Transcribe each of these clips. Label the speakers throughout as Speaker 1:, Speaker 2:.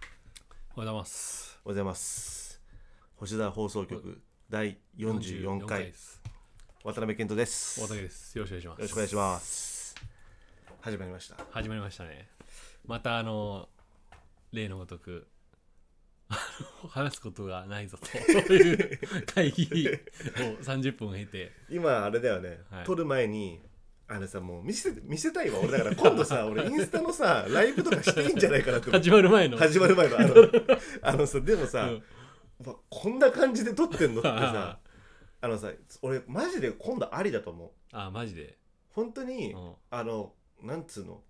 Speaker 1: おはようございます。
Speaker 2: おはようございます星田放送局第44回
Speaker 1: です。
Speaker 2: 渡辺健人です
Speaker 1: 大
Speaker 2: よ
Speaker 1: 竹です。よろしくお願いします。
Speaker 2: ろしくお願いします始まりました
Speaker 1: 始まりましたね。またあの例のごとくあの話すことがないぞという会議を30分経て
Speaker 2: 今あれだよね、
Speaker 1: はい
Speaker 2: 撮る前にあれさもう見せ見せたいわ俺だから今 度さ俺インスタのさライブとかしていいんじゃないかなと思って
Speaker 1: 始まる前の
Speaker 2: 始まる前のあのあ のさでもさ、
Speaker 1: うん
Speaker 2: まこんな感じで撮ってんのっ てさ
Speaker 1: あ
Speaker 2: あのさ俺マジで今度ありだと思う
Speaker 1: あマジで。
Speaker 2: 本当に、
Speaker 1: うん
Speaker 2: あのなんつうの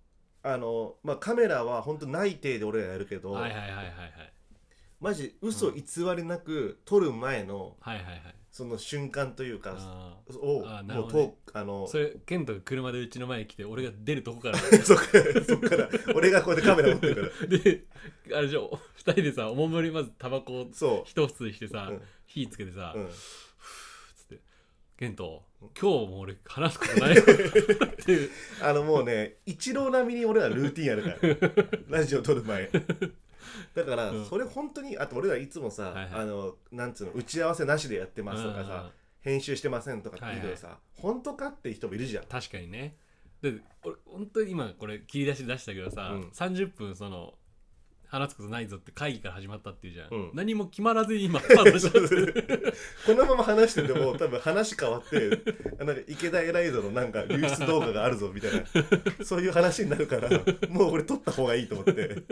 Speaker 2: あのまあカメラは本当内定で俺らやるけど、
Speaker 1: はいはいはいはいはい
Speaker 2: マジ嘘偽りなく撮る前の
Speaker 1: はいはいはい。
Speaker 2: その瞬間というか、
Speaker 1: あー
Speaker 2: を
Speaker 1: あーなる
Speaker 2: も
Speaker 1: ほ
Speaker 2: う
Speaker 1: どね
Speaker 2: とあの
Speaker 1: それケントが車でうちの前に来て俺が出るとこ から
Speaker 2: そっからそっから俺がこうやってカメラ持ってるから
Speaker 1: であれじゃ2人でさおもむろにまずタバコを
Speaker 2: そ
Speaker 1: 一吸いしてさ、
Speaker 2: うん
Speaker 1: 火つけてさ、
Speaker 2: う、うん、
Speaker 1: つって「ケント今日も俺話すことないよ」っていう
Speaker 2: あのもう ね一郎並みに俺らルーティンやるからラジオ撮る前だから
Speaker 1: うん
Speaker 2: それ本当にあと俺らいつもさ、
Speaker 1: はいはい
Speaker 2: あのなんつうの打ち合わせなしでやって ますとかさ、
Speaker 1: うん
Speaker 2: 編集してませんとかって言うけどさ、本当かって人もいるじゃん
Speaker 1: 確かにねで俺本当に今これ切り出しで出したけどさ、
Speaker 2: うん
Speaker 1: 30分その話すことないぞって会議から始まったっていうじゃん、
Speaker 2: うん
Speaker 1: 何も決まらずに今スタートしちゃってる
Speaker 2: このまま話してても多分話変わってあなんか池田エライザのなんか流出動画があるぞみたいなそういう話になるからもう俺撮った方がいいと思って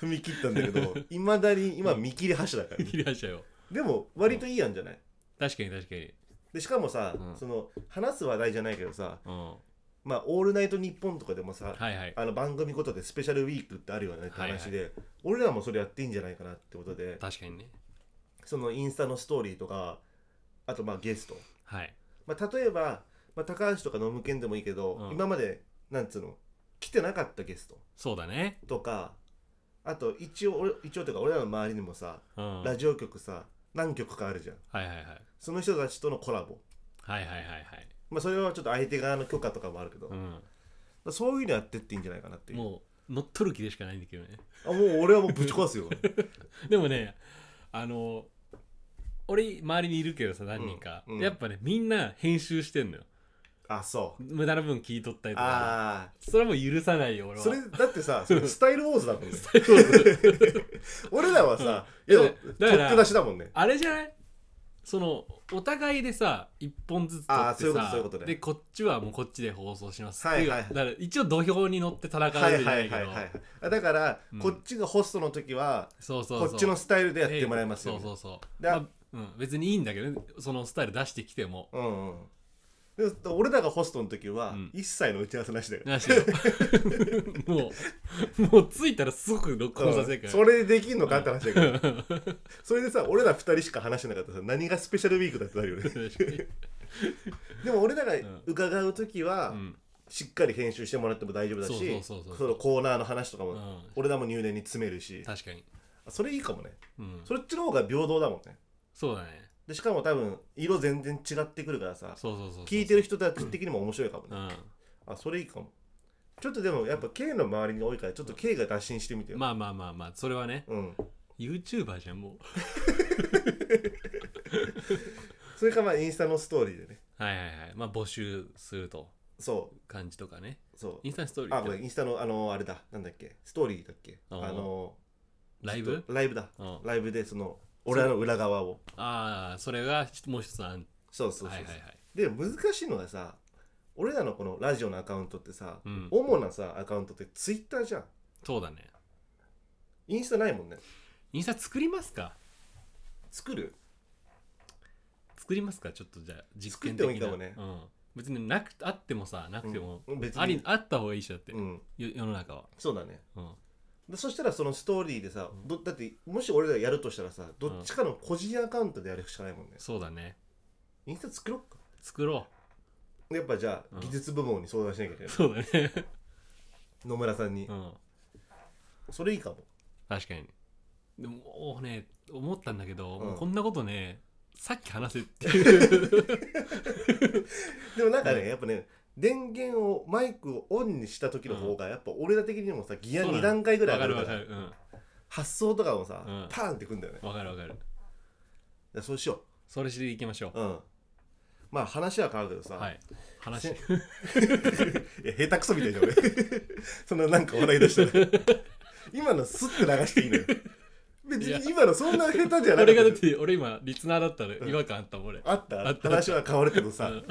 Speaker 2: 踏み切ったんだけどいまだに今見切り箸だから
Speaker 1: 切り出しちゃうよ
Speaker 2: でも割といいやんじゃない
Speaker 1: 確かに確かに
Speaker 2: でしかもさ、
Speaker 1: うん
Speaker 2: その話す話題じゃないけどさ
Speaker 1: うんは
Speaker 2: 「まあ、オールナイトニッポン」とかでもさ、
Speaker 1: いはい
Speaker 2: あの番組ごとでスペシャルウィークってあるよねって話で、俺らもそれやっていいんじゃないかなってことで
Speaker 1: 確かにね
Speaker 2: そのインスタのストーリーとかあとまあゲスト、
Speaker 1: はい
Speaker 2: まあ、例えば、まあ、高橋とかノムケンでもいいけど、
Speaker 1: うん
Speaker 2: 今までなんつうの来てなかったゲスト
Speaker 1: そうだね、
Speaker 2: とかあと一応俺一応というか俺らの周りにもさ、
Speaker 1: うん、は
Speaker 2: ラ
Speaker 1: い
Speaker 2: ジオ局さ何局かあるじゃん
Speaker 1: はいはいはい
Speaker 2: その人たちとのコラボ、
Speaker 1: はいはいはい
Speaker 2: まあ、それはちょっと相手側の許可とかもあるけど、
Speaker 1: う
Speaker 2: ま
Speaker 1: ん
Speaker 2: あそういうのやってっていいんじゃないかなっていう
Speaker 1: もう乗っ取る気でしかないんだけどね
Speaker 2: あもう俺はもうぶち壊 すよ
Speaker 1: でもねあの俺周りにいるけどさ何人か、
Speaker 2: うんうん
Speaker 1: やっぱねみんな編集してんのよ
Speaker 2: あそう
Speaker 1: 無駄な分聞いとったりとか
Speaker 2: ああ
Speaker 1: それはもう許さないよ俺は
Speaker 2: それだってさそれスタイルウォーズだもんね俺らはさ、
Speaker 1: うん
Speaker 2: いや
Speaker 1: いやだ
Speaker 2: 取
Speaker 1: か
Speaker 2: っ
Speaker 1: ら
Speaker 2: 手出しだもんね
Speaker 1: あれじゃないそのお互いでさ一本ずつ取
Speaker 2: あー
Speaker 1: っ
Speaker 2: そう
Speaker 1: て
Speaker 2: いうこと
Speaker 1: さ
Speaker 2: そういうことね
Speaker 1: でこっちはもうこっちで放送します
Speaker 2: は
Speaker 1: っ
Speaker 2: い
Speaker 1: てう
Speaker 2: はい
Speaker 1: だから一応土俵に乗って戦うじゃ
Speaker 2: はい
Speaker 1: な
Speaker 2: はいい
Speaker 1: け
Speaker 2: はい
Speaker 1: ど
Speaker 2: はいあだから、
Speaker 1: うん
Speaker 2: こっちがホストの時は
Speaker 1: そうそうそう
Speaker 2: こっちのスタイルでやってもらいますよ、
Speaker 1: そ
Speaker 2: ね
Speaker 1: うそうそう、
Speaker 2: で
Speaker 1: まあうん、別にいいんだけどねそのスタイル出してきても
Speaker 2: うんうんで俺らがホストの時は、
Speaker 1: うん
Speaker 2: 一切の打ち合わせなしだよ、
Speaker 1: なしよもうもう着いたらすぐ録音させる
Speaker 2: う
Speaker 1: か
Speaker 2: ん
Speaker 1: ら
Speaker 2: それでできんのかって話だけど、それでさ俺ら二人しか話してなかったらさ何がスペシャルウィークだってなるよねでも俺らが
Speaker 1: ん
Speaker 2: 伺う時は、
Speaker 1: うん
Speaker 2: しっかり編集してもらっても大丈夫だし
Speaker 1: そうそうそうそう
Speaker 2: そのコーナーの話とかも、
Speaker 1: うん
Speaker 2: 俺らも入念に詰めるし
Speaker 1: 確かに、
Speaker 2: それいいかもね
Speaker 1: うん、
Speaker 2: そっちの方が平等だもんね
Speaker 1: そうだね
Speaker 2: でしかも多分色全然違ってくるからさ
Speaker 1: そうそうそうそう
Speaker 2: 聞いてる人たち的にも面白いかも
Speaker 1: う
Speaker 2: ね、
Speaker 1: ん
Speaker 2: あそれいいかもちょっとでもやっぱ K の周りに多いからちょっと K が脱進してみてよ、
Speaker 1: まあまあまあまあそれはね
Speaker 2: うん、
Speaker 1: YouTuber じゃんもう
Speaker 2: それかまあインスタのストーリーでね
Speaker 1: はいはいはいまあ募集すると
Speaker 2: そ
Speaker 1: 感じとかね
Speaker 2: うそう
Speaker 1: インスタストーリ
Speaker 2: あこれ
Speaker 1: ー
Speaker 2: インスタのあのあれだなんだっけストーリーだっけ
Speaker 1: あ
Speaker 2: あ
Speaker 1: ー
Speaker 2: の
Speaker 1: ライブ
Speaker 2: ライブだ
Speaker 1: うん
Speaker 2: ライブでその俺らの裏側を
Speaker 1: ああそれがもう一つ案
Speaker 2: そうそうそうそう、
Speaker 1: はいはいはい
Speaker 2: で難しいのがさ俺らのこのラジオのアカウントってさ、
Speaker 1: うん
Speaker 2: 主なさアカウントってツイッターじゃん
Speaker 1: そうだね
Speaker 2: インスタないもんね
Speaker 1: インスタ作りますか
Speaker 2: 作る
Speaker 1: 作りますかちょっとじゃあ実験
Speaker 2: 作って
Speaker 1: 的
Speaker 2: も
Speaker 1: ない
Speaker 2: いかもね
Speaker 1: うん、別になくあってもさなくても、
Speaker 2: うん別に
Speaker 1: ありあった方がいいしだって、
Speaker 2: うん
Speaker 1: よ世の中は、
Speaker 2: そうだね
Speaker 1: うん、
Speaker 2: でそしたらそのストーリーでさ、どだってもし俺らやるとしたらさどっちかの個人アカウントでやるしかないもんね、
Speaker 1: そうだね
Speaker 2: インスタ作ろっか
Speaker 1: 作ろ
Speaker 2: やっぱじゃ
Speaker 1: うん
Speaker 2: あ技術部門に相談しなきゃいけ
Speaker 1: う
Speaker 2: ない、
Speaker 1: そうだね
Speaker 2: 野村さんに、
Speaker 1: うん
Speaker 2: それいいかも
Speaker 1: 確かにでももうね思ったんだけど、
Speaker 2: うん
Speaker 1: もうこんなことねさっき話せっていう
Speaker 2: でもなんかね、やっぱね電源をマイクをオンにした時の方がやっぱ俺ら的にもさギア
Speaker 1: そうなの
Speaker 2: 2段階ぐらい上がる
Speaker 1: わ
Speaker 2: か
Speaker 1: からるわかる、
Speaker 2: 発想とかもさ、
Speaker 1: うん
Speaker 2: パーンってくんだよね
Speaker 1: わかるわかる
Speaker 2: いやそうしよ
Speaker 1: それしていきましょ
Speaker 2: ううんまあ話は変わるけどさ、
Speaker 1: うはい話
Speaker 2: せいや下手くそみたいじゃん俺 そのなんか笑い出したら今のスッて流していいのよ別
Speaker 1: いや
Speaker 2: に今のそんな下手じゃ な
Speaker 1: 俺がだっ
Speaker 2: い
Speaker 1: て俺今リスナーだったら違和感あったもん俺、
Speaker 2: あった
Speaker 1: あった
Speaker 2: 話は変わるけどさ、
Speaker 1: うん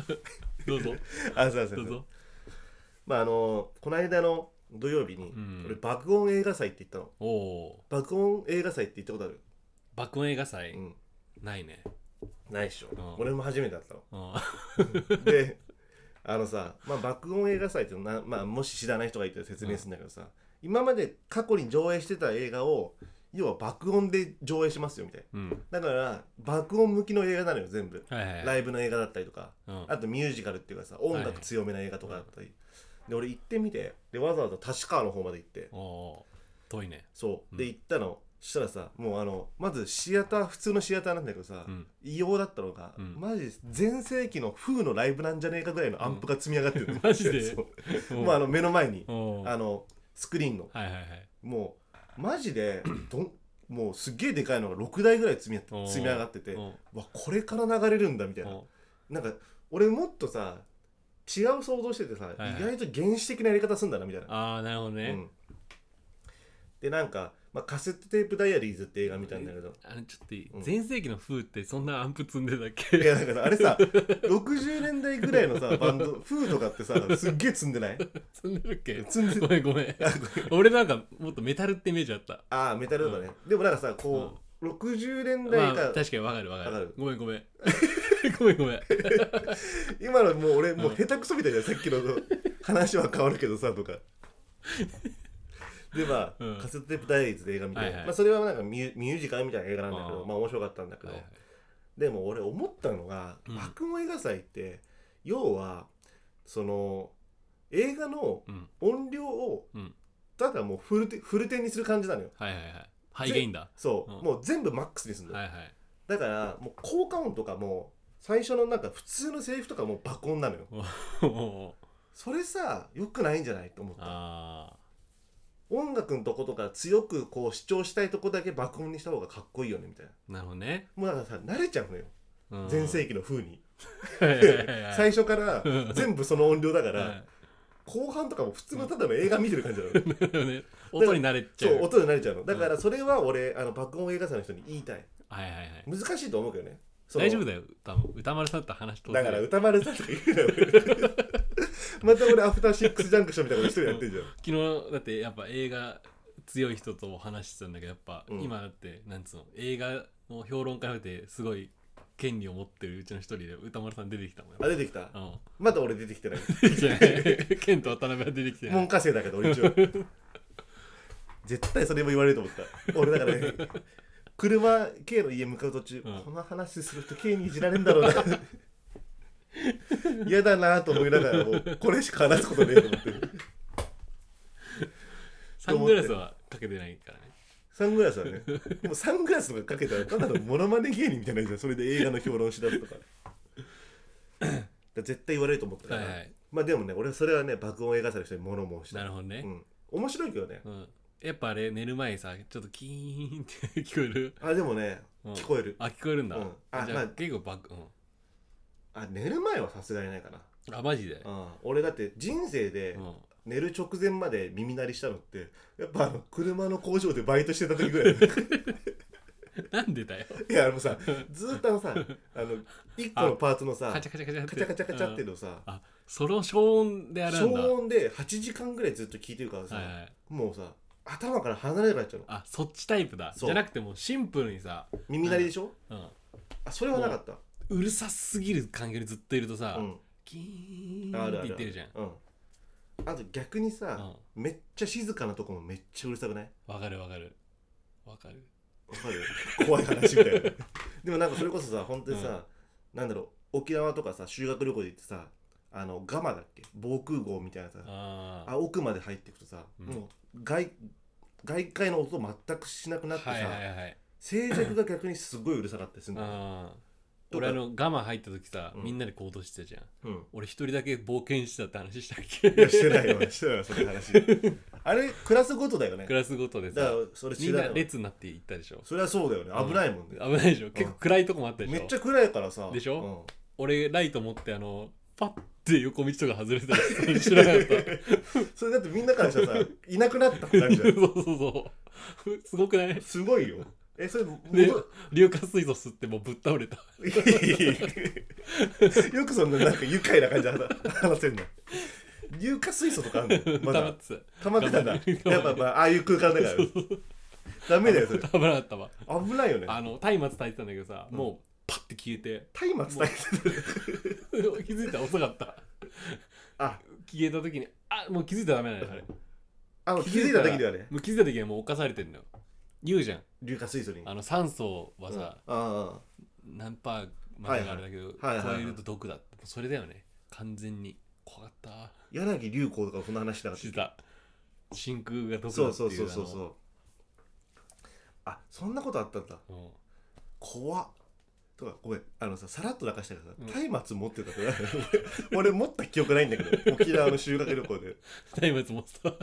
Speaker 1: どうぞ
Speaker 2: あそうそうそ
Speaker 1: どう
Speaker 2: う
Speaker 1: ぞ
Speaker 2: まああのこの間の土曜日に、
Speaker 1: うん
Speaker 2: 俺爆音映画祭って言ったの
Speaker 1: おお
Speaker 2: 爆音映画祭って言ったことある、
Speaker 1: ー爆音映画祭、
Speaker 2: うん、
Speaker 1: ないね
Speaker 2: ないっしょ、
Speaker 1: うん
Speaker 2: 俺も初めてだったの
Speaker 1: うん
Speaker 2: であのさ、まあ、爆音映画祭っていうのな、まあ、もし知らない人がいたら説明するんだけどさ、今まで過去に上映してた映画を要は爆音で上映しますよみたい
Speaker 1: うん
Speaker 2: なだから爆音向きの映画なのよ全部
Speaker 1: はいはいは
Speaker 2: ラ
Speaker 1: い
Speaker 2: イブの映画だったりとか
Speaker 1: うん
Speaker 2: あとミュージカルっていうかさ音楽強めな映画とかだったり、で俺行ってみてでわざわざ立川の方まで行って
Speaker 1: おおー遠いね
Speaker 2: そう
Speaker 1: う
Speaker 2: で
Speaker 1: ん
Speaker 2: 行ったの、そしたらさもうあのまずシアター普通のシアターなんだけどさ、
Speaker 1: うん
Speaker 2: 異様だったのが、
Speaker 1: うん
Speaker 2: マジ全盛期の風のライブなんじゃねえかぐらいのアンプが積み上がってる、
Speaker 1: うん マジで
Speaker 2: そ
Speaker 1: お
Speaker 2: う
Speaker 1: ー
Speaker 2: もうあの目の前に
Speaker 1: おー
Speaker 2: あのスクリーンの
Speaker 1: はいはいはい
Speaker 2: もうマジでどんもうすっげえでかいのが6台ぐらい積み
Speaker 1: おー
Speaker 2: 積み上がってて
Speaker 1: おー
Speaker 2: わこれから流れるんだみたいな
Speaker 1: お
Speaker 2: なんか俺もっとさ違う想像しててさ、
Speaker 1: はいはい
Speaker 2: 意外と原始的なやり方すんだなみたいな
Speaker 1: ーああなるほどね、
Speaker 2: うん、でなんか、まあ、カセットテープダイアリーズって映画見たんだけど
Speaker 1: あのちょっといい
Speaker 2: うん
Speaker 1: 全盛期の風ってそんなアンプ積んでたっ
Speaker 2: い
Speaker 1: け
Speaker 2: やなんかさあれさ60年代ぐらいのさバン ドフーとかってさすっげえ積んでない
Speaker 1: 積んでるっけ
Speaker 2: 積んで
Speaker 1: ごめんごめん
Speaker 2: あごめん
Speaker 1: 俺なんかもっとメタルってイメージあった
Speaker 2: あーメタルとかね、でもなんかさこう、60年代
Speaker 1: まあ
Speaker 2: か、
Speaker 1: 確かにわかるわかる
Speaker 2: わかる
Speaker 1: ごめんごめん ごめんごめん
Speaker 2: 今のもう俺もううん下手くそみたいじゃんさっきの話は変わるけどさとかでまあ、
Speaker 1: うん
Speaker 2: カセットテープダイアリーズで映画見て、
Speaker 1: はいはい
Speaker 2: まあ、それはなんかミュミュージカルみたいな映画なんだけど
Speaker 1: あー
Speaker 2: まあ面白かったんだけど、
Speaker 1: はいはい
Speaker 2: でも俺思ったのが
Speaker 1: うん
Speaker 2: 爆音映画祭って要はその映画の
Speaker 1: うん
Speaker 2: 音量を
Speaker 1: うん
Speaker 2: ただもうフルテフルテンにする感じなのよ
Speaker 1: はいはいはいハイゲインだ
Speaker 2: そう、
Speaker 1: うん
Speaker 2: もう全部マックスにするの、
Speaker 1: はいはい
Speaker 2: だからもう効果音とかも最初のなんか普通のセリフとかもう爆音なのよ
Speaker 1: おお
Speaker 2: それさ良くないんじゃないと思った
Speaker 1: あ
Speaker 2: 音楽のとことか強くこう主張したいとこだけ爆音にした方がかっこいいよねみたいな
Speaker 1: ーなるほどね
Speaker 2: もうだからさ慣れちゃうのよ
Speaker 1: うん
Speaker 2: 全盛期の 風に
Speaker 1: はいはいはいはい
Speaker 2: 最 初から
Speaker 1: うん
Speaker 2: 全部その音量 だから、
Speaker 1: はい
Speaker 2: 後半とかも普通のただの映画見てる感じなの、
Speaker 1: なるほどね音に慣れちゃ
Speaker 2: そうう音に慣れちゃうのだからそれは俺あの爆音映画祭の人に言いたい
Speaker 1: はいはいはい
Speaker 2: 難しいと思うけどねその
Speaker 1: 大丈夫だよ多分歌丸さんと話と
Speaker 2: だから歌丸さんとか言うな よ また俺アフターシックスジャンクションみたいなこと一人やってんじゃん
Speaker 1: 昨日だってやっぱ映画強い人とお話ししてたんだけどやっぱ
Speaker 2: うん
Speaker 1: 今だってなんつうの映画の評論家なんてすごい権利を持ってるうちの一人で歌丸さん出てきたもんやっ
Speaker 2: あ出てきた
Speaker 1: ぱ うん
Speaker 2: まだ俺出てきてない
Speaker 1: 出てきてないケンと渡辺は出てきてない
Speaker 2: 文科生だけど俺 一応絶対それも言われると思った俺だからね車 K の家向かう途中、
Speaker 1: うん
Speaker 2: この話すると K にいじられるんだろうな嫌だなと思いながらもうこれしか話すことねえと思って
Speaker 1: サングラスはかけてないからね
Speaker 2: サングラスはねでもサングラスとかかけたらただのモノマネ芸人みたいなやつじゃんそれで映画の評論しだすとかだから絶対言われると思ったか
Speaker 1: は
Speaker 2: ら、
Speaker 1: いはい
Speaker 2: まあでもね俺それはね爆音映画祭の人に物申した
Speaker 1: なるほどね
Speaker 2: うん、面白いけどね
Speaker 1: うんやっぱあれ寝る前さちょっとキーンって聞こえる
Speaker 2: あでもね、
Speaker 1: うん
Speaker 2: 聞こえる
Speaker 1: あ聞こえるんだ
Speaker 2: うんあ
Speaker 1: じ
Speaker 2: ま
Speaker 1: ゃ
Speaker 2: あ
Speaker 1: あ結構バックう
Speaker 2: あ寝る前はさすがにないかな、
Speaker 1: んあマジで
Speaker 2: うん、俺だって人生で
Speaker 1: うん
Speaker 2: 寝る直前まで耳鳴りしたのってやっぱあの車の工場でバイトしてた時 ぐらいい
Speaker 1: なんでだよ
Speaker 2: やあのさずーっとあのさあの一個のパーツのさ
Speaker 1: カチャカチャカチャ
Speaker 2: カチャカチャカチャっていう
Speaker 1: うん
Speaker 2: のをさ
Speaker 1: あそれを消音でやるんだ
Speaker 2: 消音で8時間ぐらいずっと聞いてるからさ、
Speaker 1: はいはい
Speaker 2: もうさ頭から離れなくなっちゃうの
Speaker 1: あそっちタイプだ
Speaker 2: そ
Speaker 1: じ
Speaker 2: う
Speaker 1: ゃなくてもうシンプルにさ、
Speaker 2: 耳鳴りでしょ、
Speaker 1: うん、
Speaker 2: あそれはなかった
Speaker 1: うるさすぎる環境にずっといるとさ、
Speaker 2: うん
Speaker 1: キー
Speaker 2: あ
Speaker 1: ン
Speaker 2: る
Speaker 1: っ
Speaker 2: あ
Speaker 1: て
Speaker 2: る
Speaker 1: 言ってるじゃん
Speaker 2: うんあと逆にさ、めっちゃ静かなとこもめっちゃうるさくない
Speaker 1: わかるわかるわかる
Speaker 2: わかる 怖い話みたいなでもなんかそれこそさ本当にさ、なんだろう沖縄とかさ修学旅行で行ってさあのガマだっけ防空壕みたいなさ
Speaker 1: あー
Speaker 2: あ奥まで入っていくとさ、
Speaker 1: うん
Speaker 2: もう外外界の音全くしなくなってさ、
Speaker 1: はいはいはい
Speaker 2: 静寂が逆にすごいうるさかったりするんだよ、
Speaker 1: あ俺あのガマ入った時さ、みんなで行動してたじゃん
Speaker 2: うん
Speaker 1: 俺一人だけ冒険してたって話したっけ
Speaker 2: いやしてないよしてないよその話 あれクラスごとだよ ね
Speaker 1: クラスごとで
Speaker 2: だか
Speaker 1: さ
Speaker 2: らそれ
Speaker 1: み
Speaker 2: 知
Speaker 1: ん
Speaker 2: ら
Speaker 1: な
Speaker 2: ない
Speaker 1: 列になって行ったでしょ
Speaker 2: それはそうだよね危ないもんね、
Speaker 1: 危ないでしょ結構暗いとこもあったでしょ、
Speaker 2: めっちゃ暗いからさ
Speaker 1: でし
Speaker 2: ょ
Speaker 1: ょ、俺ライト持ってあのパッて横道とか外れてたり知らなかった
Speaker 2: うん それだってみんなからしたらさいなくなったってなるじゃ
Speaker 1: そうんそうそうすごくない
Speaker 2: すごいよえそれ戻
Speaker 1: で 硫化水素吸ってもうぶっ倒れた
Speaker 2: よくそんななんか愉快な感じで話話せんの硫化水素とかあんのま
Speaker 1: 溜ま
Speaker 2: だ
Speaker 1: って
Speaker 2: 溜まってたんだ
Speaker 1: 溜まってる
Speaker 2: やっぱ、まあ、ああいう空間 だからダメだよそれ
Speaker 1: た危なかったわ
Speaker 2: 危ないよね
Speaker 1: あの松明炊いてたんだけどさ、
Speaker 2: うん
Speaker 1: もうパッて消えて
Speaker 2: 松明炊いてる
Speaker 1: 気づいたら遅かった
Speaker 2: あ
Speaker 1: 消えた時にあもう気づいたらダメなんだよあれ
Speaker 2: あの気づいた時にはね
Speaker 1: もう気づいた時にはもう侵されてんのよ言うじゃん
Speaker 2: 硫化水素に
Speaker 1: あの酸素は
Speaker 2: うん
Speaker 1: さ
Speaker 2: あ、あ
Speaker 1: 何パーまでがあれだけど、
Speaker 2: はいはいはいはい
Speaker 1: 超えると毒だってもうそれだよね完全に怖かった
Speaker 2: 柳流行とかそんな話しなかっ
Speaker 1: して
Speaker 2: た
Speaker 1: た真空が毒だってい
Speaker 2: そう
Speaker 1: う
Speaker 2: そうそうそうそ
Speaker 1: あ
Speaker 2: うあそんなことあったんだ
Speaker 1: のうん
Speaker 2: 怖っとかごめんあのささらっと流したから
Speaker 1: うん
Speaker 2: さ松明持ってたってな 俺持った記憶ないんだけど沖縄の修学旅行で
Speaker 1: 松明もさ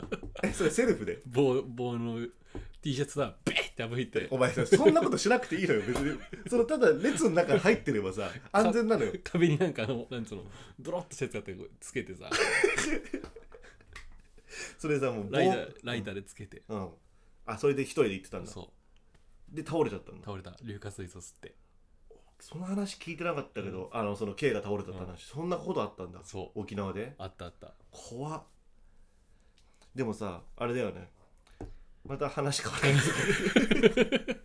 Speaker 2: えそれセルフで
Speaker 1: 棒棒の T シャツさベーって破いて
Speaker 2: お前さそんなことしなくていいのよ別にそのただ列の中に入ってれ ばさ安全なのよ
Speaker 1: 壁になんかあのなんつうのドロッとしたやつがあってこうつけて さ
Speaker 2: それさもう
Speaker 1: ライターライターでつけて、
Speaker 2: うんあそれで一人で行ってたんだ
Speaker 1: そ
Speaker 2: で倒れちゃったん
Speaker 1: う
Speaker 2: だ
Speaker 1: 倒れた硫化水素吸って
Speaker 2: その話聞いてなかったけど、あのその K が倒れたって話、そんなことあったんだ
Speaker 1: そ
Speaker 2: 沖縄で
Speaker 1: あったあ った
Speaker 2: 怖っでもさあれだよねまた話変わらない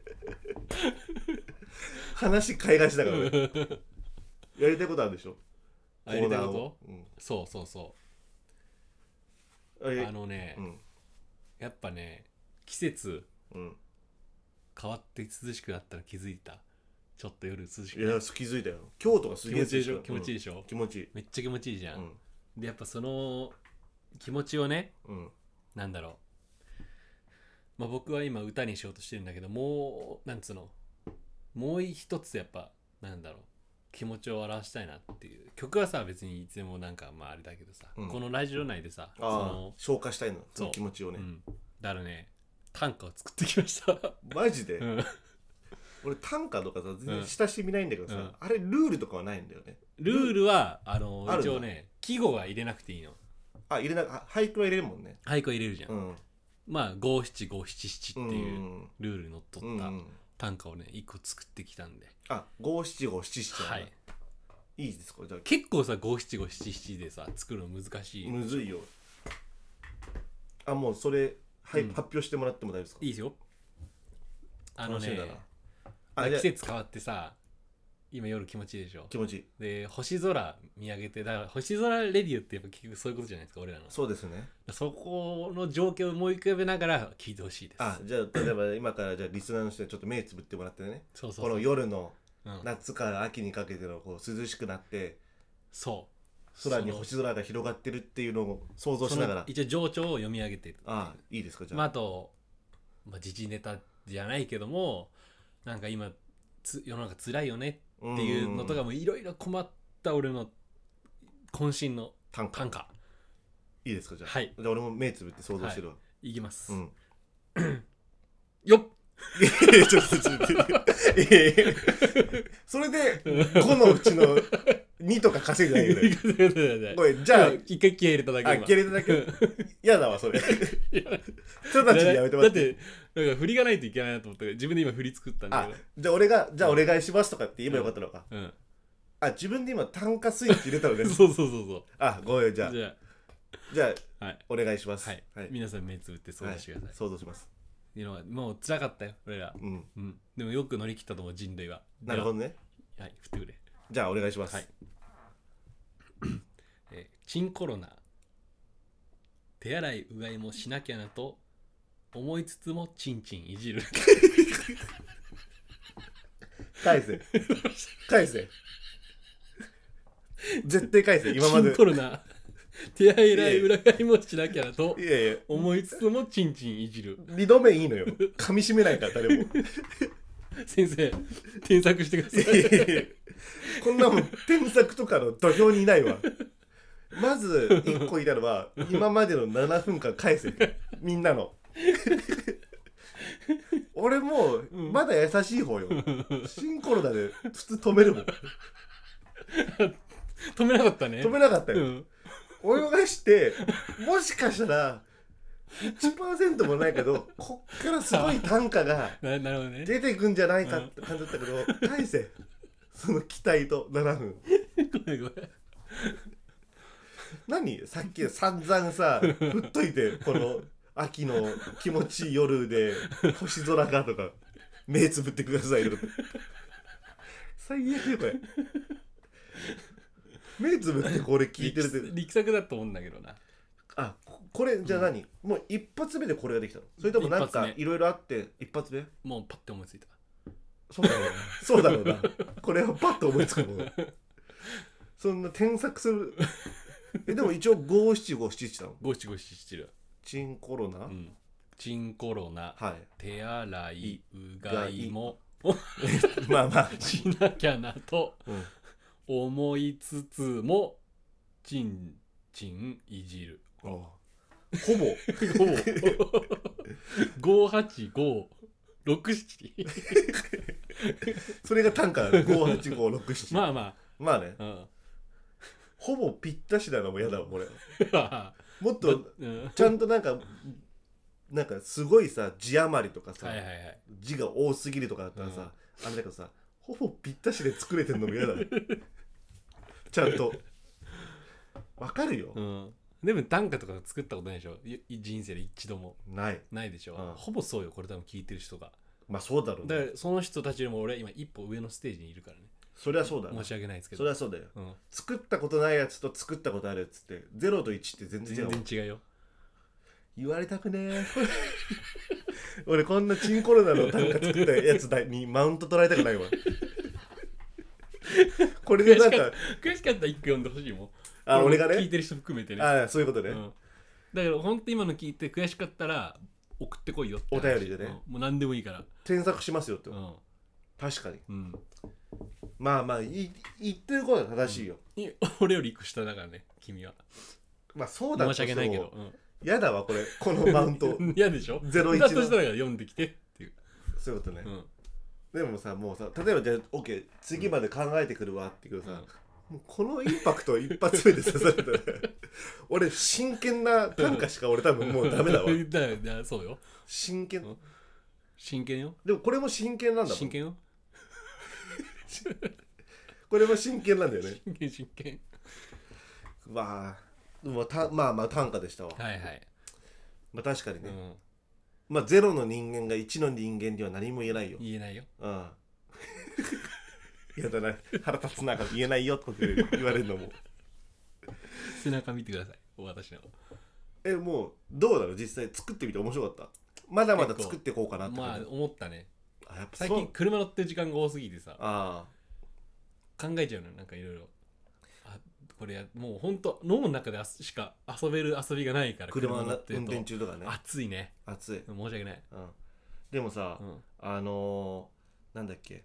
Speaker 2: 話変えがちだからねやりたいことあるでしょ
Speaker 1: あやりたい
Speaker 2: コー
Speaker 1: こ
Speaker 2: ナーを
Speaker 1: とそうそうそ
Speaker 2: うん、あ
Speaker 1: う
Speaker 2: れ
Speaker 1: あのね、
Speaker 2: うん
Speaker 1: やっぱね季節
Speaker 2: うん
Speaker 1: 変わって涼しくなったら気づいたちょっと夜涼しく
Speaker 2: いや
Speaker 1: なっ
Speaker 2: 気づいたよ今日とかす
Speaker 1: 気
Speaker 2: げえ
Speaker 1: 持ちいいでしょ気持ちいい
Speaker 2: いい、
Speaker 1: でしょ
Speaker 2: うん、気持ちいい
Speaker 1: めっちゃ気持ちいいじゃ、
Speaker 2: うんん
Speaker 1: でやっぱその気持ちをね
Speaker 2: うん
Speaker 1: なんだろうまあ僕は今歌にしようとしてるんだけどもうなんつうのもう一つやっぱなんだろう気持ちを表したいなっていう曲はさ別にいつでもなんかまああれだけどさ、
Speaker 2: うん
Speaker 1: このラジオ内でさそ
Speaker 2: ああ
Speaker 1: の
Speaker 2: 消化したいのその
Speaker 1: そう
Speaker 2: 気持ちを
Speaker 1: う
Speaker 2: ね、
Speaker 1: んだからね短歌を作ってきました
Speaker 2: マジで、
Speaker 1: うん
Speaker 2: 俺短歌とかさ全
Speaker 1: う
Speaker 2: 然
Speaker 1: ん
Speaker 2: 親しみないんだけどさ、
Speaker 1: うん
Speaker 2: あれルールとかはないんだよね
Speaker 1: ルールはあの
Speaker 2: あるん
Speaker 1: 一
Speaker 2: だ
Speaker 1: 応ね季語は入れなくていいの
Speaker 2: あ入れなあ俳句は入れるもんね
Speaker 1: 俳句は入れるじゃん、
Speaker 2: うん
Speaker 1: まあ五七五七七っていうんルールにのっとっ
Speaker 2: うんう
Speaker 1: た
Speaker 2: ん
Speaker 1: 短歌をね一個作ってきたんで、
Speaker 2: あ五七五七七なんだ
Speaker 1: はい
Speaker 2: いいですかじゃあ
Speaker 1: 結構さ五七五七七でさ作るの難しい、
Speaker 2: むずいよあもうそれ、はい
Speaker 1: うん
Speaker 2: 発表してもらっても大丈夫ですか
Speaker 1: いいですよあの
Speaker 2: 楽しみだ
Speaker 1: ね
Speaker 2: な
Speaker 1: まあ
Speaker 2: あじゃ
Speaker 1: 季
Speaker 2: あ
Speaker 1: 節変わってさ今夜気持ちいいでしょ
Speaker 2: 気持ちいい
Speaker 1: で星空見上げてだから星空レディオってやっぱ結局そういうことじゃないですか俺らのそ
Speaker 2: そうですね
Speaker 1: この情景を思い浮かべながら聞いてほしいです
Speaker 2: あじゃあ例えば 今からじゃあリスナーの人にちょっと目つぶってもらってね
Speaker 1: そうそうそ
Speaker 2: この
Speaker 1: う、
Speaker 2: 夜の
Speaker 1: うん
Speaker 2: 夏から秋にかけてのこう涼しくなって
Speaker 1: そう
Speaker 2: 空に
Speaker 1: その
Speaker 2: 星空が広がってるっていうのを想像しながら
Speaker 1: その一応情緒を読み上げて
Speaker 2: あいいですかじゃあ、
Speaker 1: まあ、あと、まあ、時事ネタじゃないけどもなんか今つ世の中辛いよね
Speaker 2: ん
Speaker 1: っていうのとかもいろいろ困った俺の渾身の
Speaker 2: 短歌
Speaker 1: 短歌
Speaker 2: いいですかじゃあ、
Speaker 1: はい
Speaker 2: じゃあ俺も目つぶって想像してるわ、
Speaker 1: いきます、
Speaker 2: うん
Speaker 1: よ っ
Speaker 2: いやいやちょっとちょっとちょっといやいやそれで5のうちの2とか稼いでないよねごめんじ
Speaker 1: じ
Speaker 2: ゃあ
Speaker 1: 一回消えれただけ
Speaker 2: あ
Speaker 1: 今
Speaker 2: ゲレただけ嫌だわそれ人たちにやめても
Speaker 1: だ
Speaker 2: ら
Speaker 1: っ
Speaker 2: って
Speaker 1: てなんか振りがないといけないなと思ったから自分で今振り作ったんだ
Speaker 2: あ
Speaker 1: けど
Speaker 2: じゃあ俺がじゃあお願いしますとかって言えばよかったのか、
Speaker 1: うん、
Speaker 2: あ自分で今単価スイッチ入れたの ね
Speaker 1: そうそうそうそ
Speaker 2: あごめんじゃあ
Speaker 1: うじゃ
Speaker 2: じゃ
Speaker 1: あはい
Speaker 2: あお願いします
Speaker 1: はい、
Speaker 2: はい
Speaker 1: 皆さん目つぶって想像してください、
Speaker 2: はい想像します
Speaker 1: い、うのはもう辛かったよ俺ら
Speaker 2: うん
Speaker 1: うん、でもよく乗り切ったと思う人類は
Speaker 2: なるほどね
Speaker 1: でははい振ってくれ
Speaker 2: じゃあお願いします、
Speaker 1: はいえーチンコロナ手洗いうがいもしなきゃなと思いつつもチンチンいじる
Speaker 2: 返せ返せ絶対返 せ今ま
Speaker 1: チ
Speaker 2: で
Speaker 1: ンコロナ手洗いうがいもしなきゃなと
Speaker 2: いやいや
Speaker 1: 思いつつもチンチンいじる
Speaker 2: 二度目いいのよ噛み締めないから誰も
Speaker 1: 先生添削してください
Speaker 2: こんなもん添削とかの土俵にいないわまず1個いたのは今までの7分間返せみんなの俺もう
Speaker 1: うん
Speaker 2: まだ優しい方よ、シンコロだで普通止めるもん止
Speaker 1: 止めなかったね
Speaker 2: めなかった
Speaker 1: う
Speaker 2: よ
Speaker 1: ん
Speaker 2: 泳がしてもしかしたら1%もないけどこっからすごい単価が
Speaker 1: ななるほどね
Speaker 2: 出てくんじゃないかって感じだったけど返せその期待と7分
Speaker 1: ごめんごめん
Speaker 2: 何さっき散々さ振っといてこの秋の気持ちいい夜で星空がとか目つぶってくださいとか最悪よこれ目つぶってこれ聞いてるって
Speaker 1: 力作だと思うんだけどな
Speaker 2: あここれじゃあ何、もう一発目でこれができたのそれともなん
Speaker 1: 一発
Speaker 2: か
Speaker 1: 目
Speaker 2: いろいろあって一発目
Speaker 1: もうパッて思いついた
Speaker 2: そうだろうなそうだろうなこれはパッと思いつくもんそんな添削するえでも一応五七五七七なの
Speaker 1: ゴシゴシしてる
Speaker 2: チンコロナ、
Speaker 1: うんチンコロナ
Speaker 2: はい
Speaker 1: 手洗いうがいも
Speaker 2: まあまあ、
Speaker 1: しなきゃなと
Speaker 2: うん
Speaker 1: 思いつつもチンチンいじ る
Speaker 2: ほぼ
Speaker 1: 5856
Speaker 2: それが単価58567ま
Speaker 1: まあま
Speaker 2: まあね
Speaker 1: あ、うん
Speaker 2: ほぼぴったしなのも嫌だわこれもっ
Speaker 1: ど
Speaker 2: と
Speaker 1: うん、
Speaker 2: ちゃんとなんかなんかすごいさ字余りとかさ、
Speaker 1: はいはいはい
Speaker 2: 字が多すぎるとかだったらさ、あれだけどさほぼぴったしで作れてんのも嫌だ ちゃんとわかるよ
Speaker 1: う、ん、でも短歌とか作ったことないでしょい人生で一度も
Speaker 2: ない
Speaker 1: ないでしょ、
Speaker 2: うん
Speaker 1: ほぼそうよこれ多分聞いてる人が
Speaker 2: まあそうだろう
Speaker 1: だ
Speaker 2: ね
Speaker 1: からその人たちよりも俺は今一歩上のステージにいるからね
Speaker 2: そりゃそうだな
Speaker 1: 申し訳ないですけ
Speaker 2: そ
Speaker 1: ど
Speaker 2: りゃそうだよ
Speaker 1: うん、
Speaker 2: 作ったことないやつと作ったことあるやつって0と1って全然違う
Speaker 1: 全
Speaker 2: もん
Speaker 1: 然違うよ
Speaker 2: 言われたくねえ 俺こんなチンコロナの短歌作ったやつだにマウント取られたく ないわこれでなんか
Speaker 1: 悔しかったら一句読んでほしいもん
Speaker 2: あ俺が
Speaker 1: 聞い
Speaker 2: ね
Speaker 1: てる人含めてね
Speaker 2: あそういうことね、
Speaker 1: うん、だから本当今の聞いて悔しかったら送ってこいよって
Speaker 2: お便りでね
Speaker 1: うんもう何でもいいから
Speaker 2: 添削しますよって、
Speaker 1: うん、
Speaker 2: 確かに
Speaker 1: うん、
Speaker 2: まあまあい言ってることは正しいよ、
Speaker 1: い俺より一個下だからね君は
Speaker 2: まあそうだ
Speaker 1: 申
Speaker 2: と
Speaker 1: し訳
Speaker 2: して
Speaker 1: ないけ
Speaker 2: も
Speaker 1: ど、うん
Speaker 2: 嫌だわこれこのマウ ント
Speaker 1: 嫌でしょ
Speaker 2: 01 の
Speaker 1: だとしたら読んできてっていう、
Speaker 2: そういうことね
Speaker 1: う、ん、
Speaker 2: でもさもうさ例えばじゃあ OK 次まで考えてくるわって言うけどさ、
Speaker 1: うん
Speaker 2: もうこのインパクト一発目で刺され たら俺真剣な短歌しか俺多分 もうダメだわ
Speaker 1: だよだよそうよ
Speaker 2: 真剣
Speaker 1: うん真剣よ
Speaker 2: でもこれも真剣なんだも
Speaker 1: 真
Speaker 2: ん
Speaker 1: 剣よ
Speaker 2: これも真剣なんだよね
Speaker 1: 真剣真剣
Speaker 2: まあまあたまあまあ短歌でしたわ、
Speaker 1: はいはい、
Speaker 2: まあ確かに
Speaker 1: う
Speaker 2: ね、
Speaker 1: ん、
Speaker 2: まあゼロの人間が1の人間には何も言えないよ
Speaker 1: 言えないよ
Speaker 2: うんやだな腹立つなんか言えないよって言われるのも
Speaker 1: 背中見てください私の
Speaker 2: えもうどうだろう実際作ってみて面白かったまだまだ
Speaker 1: 結構
Speaker 2: 作っていこうかなって
Speaker 1: まあ
Speaker 2: 感じ
Speaker 1: 思ったね
Speaker 2: あやっぱ
Speaker 1: 最
Speaker 2: そう
Speaker 1: 近車乗ってる時間が多すぎてさ
Speaker 2: あ
Speaker 1: 考えちゃうのよなんかいろいろあこれやもうほんと脳の中であしか遊べる遊びがないか
Speaker 2: あ
Speaker 1: ら
Speaker 2: 車
Speaker 1: 乗
Speaker 2: の運転中とかね
Speaker 1: 暑いね
Speaker 2: 暑い、
Speaker 1: 申し訳ない、
Speaker 2: うん、でもさ、
Speaker 1: うん
Speaker 2: あのー、なんだっけ